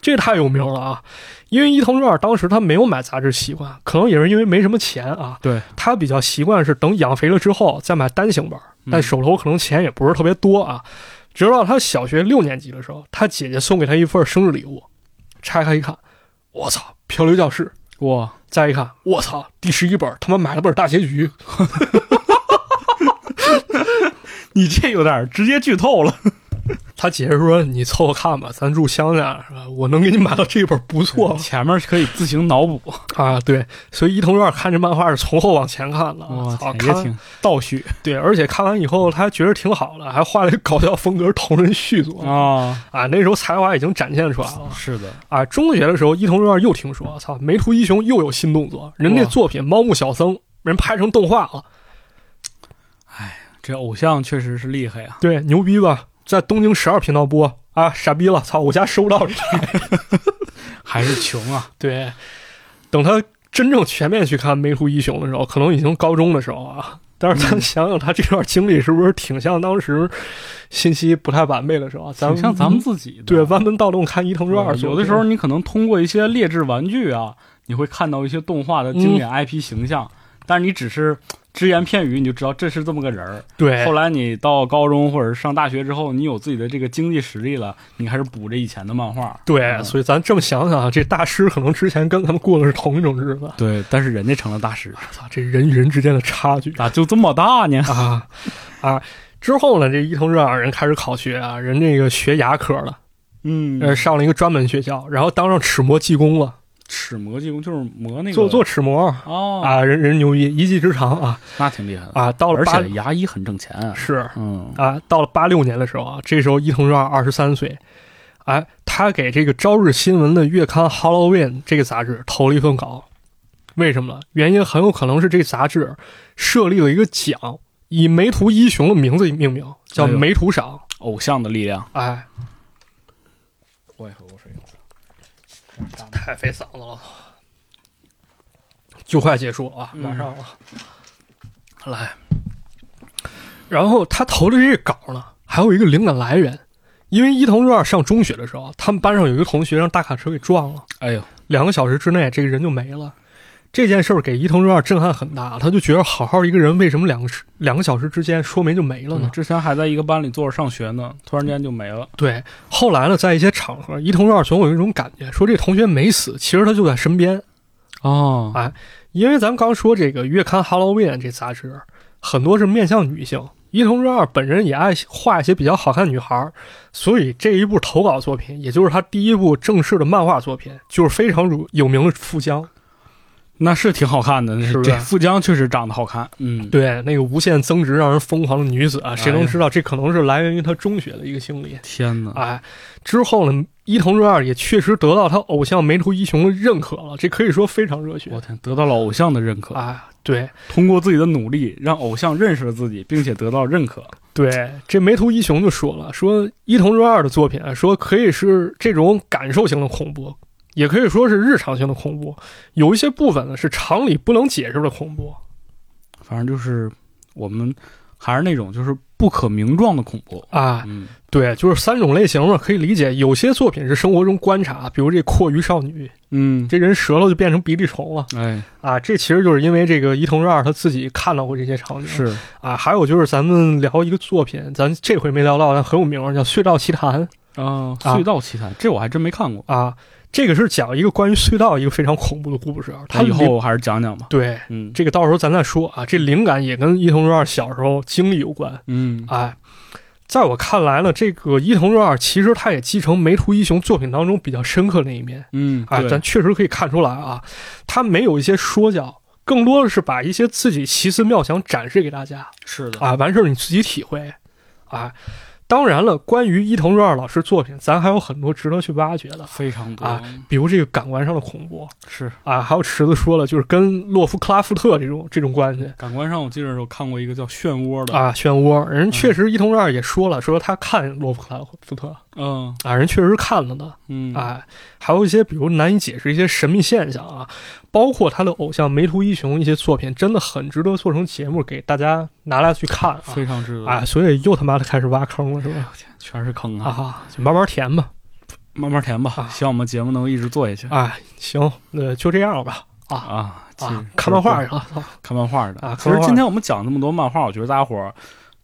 Speaker 1: 这太有名了啊！因为伊藤润二当时他没有买杂志习惯，可能也是因为没什么钱啊。
Speaker 2: 对，
Speaker 1: 他比较习惯是等养肥了之后再买单行本，但
Speaker 2: 嗯
Speaker 1: 手头可能钱也不是特别多啊。直到他小学六年级的时候，他姐姐送给他一份生日礼物，拆开一看，我操，漂流教室！
Speaker 2: 哇，
Speaker 1: 再一看，我操，第十一本他妈买了本大结局，
Speaker 2: 你这有点儿直接剧透了。
Speaker 1: 他解释说：“你凑合看吧，咱住乡下是吧？我能给你买到这本不错
Speaker 2: 前面可以自行脑 补，
Speaker 1: 啊。”对，所以伊藤院看这漫画是从后往前看的。
Speaker 2: 哇
Speaker 1: 操，
Speaker 2: 塞，
Speaker 1: 看
Speaker 2: 也挺倒叙
Speaker 1: 对，而且看完以后他还觉得挺好的，还画了一个搞笑风格同人续作
Speaker 2: 啊。
Speaker 1: 啊。那时候才华已经展现出来了
Speaker 2: 是的，
Speaker 1: 啊。中学的时候，伊藤院又听说，操，梅图一雄又有新动作，人家
Speaker 2: 哇
Speaker 1: 作品《猫木小僧》人拍成动画了，
Speaker 2: 这偶像确实是厉害啊。
Speaker 1: 对，牛逼吧？在东京十二频道播啊，傻逼了，操，我家收不 到这
Speaker 2: 还是穷啊，
Speaker 1: 对，等他真正全面去看《梅图一雄》的时候，可能已经高中的时候啊。但是咱
Speaker 2: 嗯
Speaker 1: 想想，他这段经历是不是挺像当时信息不太完备的时候啊？咱们
Speaker 2: 挺像 咱们自己的。
Speaker 1: 对弯门盗洞看伊藤润二
Speaker 2: 嗯
Speaker 1: 作品，
Speaker 2: 有的时候你可能通过一些劣质玩具啊，你会看到一些动画的经典 IP 形象，但是你只是只言片语，你就知道这是这么个人儿。
Speaker 1: 对
Speaker 2: 后来你到高中或者上大学之后，你有自己的这个经济实力了，你开始补这以前的漫画。
Speaker 1: 对，
Speaker 2: 嗯
Speaker 1: 所以咱这么想想啊，这大师可能之前跟咱们过的是同一种日子。
Speaker 2: 对，但是人家成了大师，
Speaker 1: 操，啊这人与人之间的差距
Speaker 2: 咋啊就这么大呢？
Speaker 1: 啊啊！之后呢，这伊藤润二人开始考学啊，人这个学牙科了，
Speaker 2: 嗯
Speaker 1: 呃，上了一个专门学校，然后当上齿模技工了，
Speaker 2: 齿模技工就是磨那个
Speaker 1: 做做齿模。
Speaker 2: 哦，
Speaker 1: 啊，人人牛逼，一技之长啊
Speaker 2: 那挺厉害的。
Speaker 1: 啊！到了
Speaker 2: 而
Speaker 1: 八
Speaker 2: 且牙医很挣钱啊，
Speaker 1: 是
Speaker 2: 嗯，
Speaker 1: 啊，到了八六年的时候啊，这时候伊藤润二二十三岁，哎，他给这个《朝日新闻》的月刊《Halloween》这个杂志投了一份稿，为什么呢？原因很有可能是这杂志设立了一个奖，以梅图一雄的名字命名，叫
Speaker 2: 哎呦
Speaker 1: 梅图赏。
Speaker 2: 偶像的力量。
Speaker 1: 哎，
Speaker 2: 我也喝口水。
Speaker 1: 太费嗓子了，就快结束了啊，
Speaker 2: 嗯
Speaker 1: 马上了。来，然后他投的这个稿呢，还有一个灵感来源，因为伊藤润二上中学的时候，他们班上有一个同学让大卡车给撞了，
Speaker 2: 哎呦，
Speaker 1: 两个小时之内这个人就没了。这件事儿给伊藤润二震撼很大，他就觉得好好一个人，为什么两个时两个小时之间说没就没了呢？
Speaker 2: 之前还在一个班里坐着上学呢，突然间就没了。
Speaker 1: 对，后来呢，在一些场合，伊藤润二总有一种感觉，说这同学没死，其实他就在身边。
Speaker 2: 哦
Speaker 1: 啊因为咱们刚说这个月刊《Halloween》这杂志，很多是面向女性。伊藤润二本人也爱画一些比较好看女孩儿，所以这一部投稿作品，也就是他第一部正式的漫画作品，就是非常有有名的《富江》。
Speaker 2: 那是挺好看的，那
Speaker 1: 是不是
Speaker 2: 这富江确实长得好看。嗯，
Speaker 1: 对，那个无限增值让人疯狂的女子啊，谁
Speaker 2: 哎
Speaker 1: 能
Speaker 2: 呀
Speaker 1: 知道这可能是来源于他中学的一个经历？
Speaker 2: 天哪，
Speaker 1: 哎，之后呢，伊藤润二也确实得到他偶像梅图一雄的认可了，这可以说非常热血
Speaker 2: 我。天，得到了偶像的认可，
Speaker 1: 哎，对，
Speaker 2: 通过自己的努力，让偶像认识了自己，并且得到认可。
Speaker 1: 对，这梅图一雄就说了，说伊藤润二的作品啊，说可以是这种感受型的恐怖，也可以说是日常性的恐怖，有一些部分呢是常理不能解释的恐怖。
Speaker 2: 反正就是我们还是那种就是不可名状的恐怖。
Speaker 1: 啊，
Speaker 2: 嗯，
Speaker 1: 对，就是三种类型嘛，可以理解。有些作品是生活中观察，比如这阔鱼少女，
Speaker 2: 嗯，
Speaker 1: 这人舌头就变成鼻涕虫了
Speaker 2: 哎，
Speaker 1: 啊。这其实就是因为这个伊藤润二他自己看到过这些场景
Speaker 2: 是
Speaker 1: 啊。还有就是咱们聊一个作品，咱这回没聊到，但很有名儿，叫《隧道奇谭》。
Speaker 2: 啊，隧道奇谭，这我还真没看过。
Speaker 1: 啊，这个是讲一个关于隧道一个非常恐怖的故事。它
Speaker 2: 那以
Speaker 1: 里
Speaker 2: 后还是讲讲吧。
Speaker 1: 对
Speaker 2: 嗯，
Speaker 1: 这个到时候咱再说啊。这灵感也跟伊藤润二小时候经历有关。
Speaker 2: 嗯
Speaker 1: 哎，在我看来呢，这个伊藤润二其实他也继承梅图一雄作品当中比较深刻的那一面
Speaker 2: 嗯，
Speaker 1: 啊，
Speaker 2: 对
Speaker 1: 咱确实可以看出来啊，他没有一些说教。更多的是把一些自己奇思妙想展示给大家
Speaker 2: 是的，
Speaker 1: 啊，完事儿你自己体会啊。当然了，关于伊藤润二老师作品，咱还有很多值得去挖掘的。
Speaker 2: 非常多。
Speaker 1: 啊比如这个感官上的恐怖
Speaker 2: 是
Speaker 1: 啊，还有池子说了，就是跟洛夫克拉夫特这种这种关系
Speaker 2: 感官上，我记得我看过一个叫《漩涡》的，
Speaker 1: 啊，漩涡。人
Speaker 2: 嗯
Speaker 1: 确实伊藤润二也说了，说他看洛夫克拉夫特
Speaker 2: 嗯
Speaker 1: 啊，人确实看了的
Speaker 2: 嗯
Speaker 1: 啊，还有一些比如难以解释一些神秘现象啊，包括他的偶像梅图一雄一些作品，真的很值得做成节目给大家拿来去看啊
Speaker 2: 非常值得，
Speaker 1: 啊，所以又他妈的开始挖坑了是吧？
Speaker 2: 全是坑啊，
Speaker 1: 啊，就慢慢填吧
Speaker 2: 慢慢填吧，
Speaker 1: 啊
Speaker 2: 希望我们节目能一直做下去
Speaker 1: 啊，行，那就这样吧啊
Speaker 2: 啊
Speaker 1: 啊，
Speaker 2: 其
Speaker 1: 看漫画
Speaker 2: 实
Speaker 1: 去了操
Speaker 2: 看漫画
Speaker 1: 啊
Speaker 2: 的
Speaker 1: 看漫画
Speaker 2: 其实今天我们讲这么多漫画，我觉得大家伙儿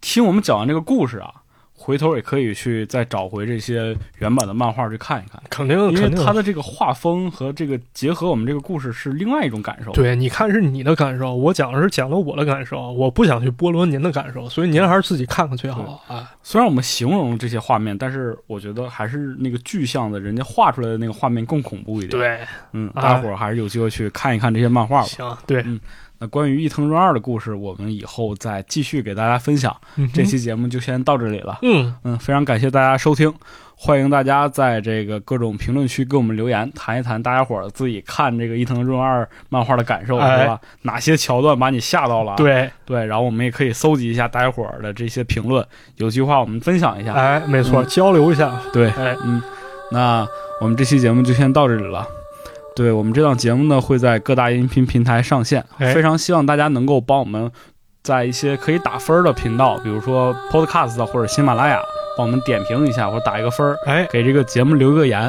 Speaker 2: 听我们讲完这个故事啊，回头也可以去再找回这些原版的漫画去看一看，
Speaker 1: 肯定
Speaker 2: 因为
Speaker 1: 肯定
Speaker 2: 它的这个画风和这个结合我们这个故事是另外一种感受。，
Speaker 1: 对，你看是你的感受，我讲的是讲了我的感受，我不想去剥夺您的感受，所以您还是自己看看最好啊。
Speaker 2: 虽然我们形容了这些画面，但是我觉得还是那个具象的，人家画出来的那个画面更恐怖一点。，
Speaker 1: 对，
Speaker 2: 嗯，
Speaker 1: 啊
Speaker 2: 大伙儿还是有机会去看一看这些漫画吧。
Speaker 1: 行，对，
Speaker 2: 嗯那关于伊藤润二的故事，我们以后再继续给大家分享。
Speaker 1: 嗯
Speaker 2: 这期节目就先到这里了。
Speaker 1: 嗯，
Speaker 2: 嗯，非常感谢大家收听，欢迎大家在这个各种评论区给我们留言，谈一谈大家伙儿自己看这个伊藤润二漫画的感受，
Speaker 1: 哎
Speaker 2: 对吧？哪些桥段把你吓到了啊？
Speaker 1: 对，
Speaker 2: 对，然后我们也可以搜集一下大家伙儿的这些评论，有句话我们分享一下。
Speaker 1: 哎，没错，
Speaker 2: 嗯
Speaker 1: 交流一下，
Speaker 2: 对，
Speaker 1: 哎，
Speaker 2: 嗯，那我们这期节目就先到这里了。对我们这档节目呢，会在各大音频平台上线，
Speaker 1: 哎
Speaker 2: 非常希望大家能够帮我们在一些可以打分儿的频道，比如说 Podcast 啊或者喜马拉雅，帮我们点评一下或者打一个分儿，
Speaker 1: 哎，
Speaker 2: 给这个节目留个言。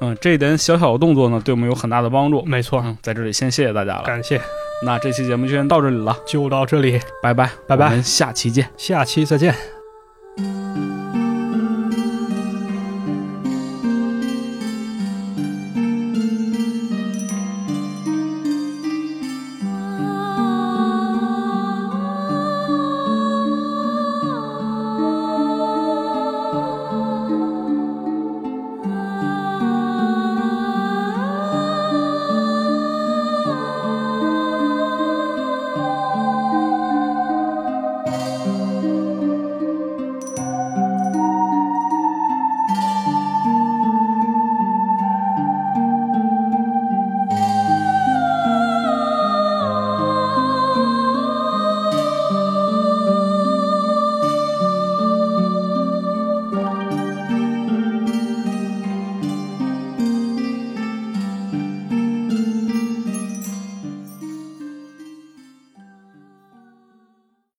Speaker 2: 嗯，这一点小小的动作呢，对我们有很大的帮助。
Speaker 1: 没错，
Speaker 2: 嗯，在这里先谢谢大家了。
Speaker 1: 感谢，
Speaker 2: 那这期节目就先到这里了，
Speaker 1: 就到这里，
Speaker 2: 拜拜，
Speaker 1: 拜拜
Speaker 2: 我们下期见。
Speaker 1: 下期再见。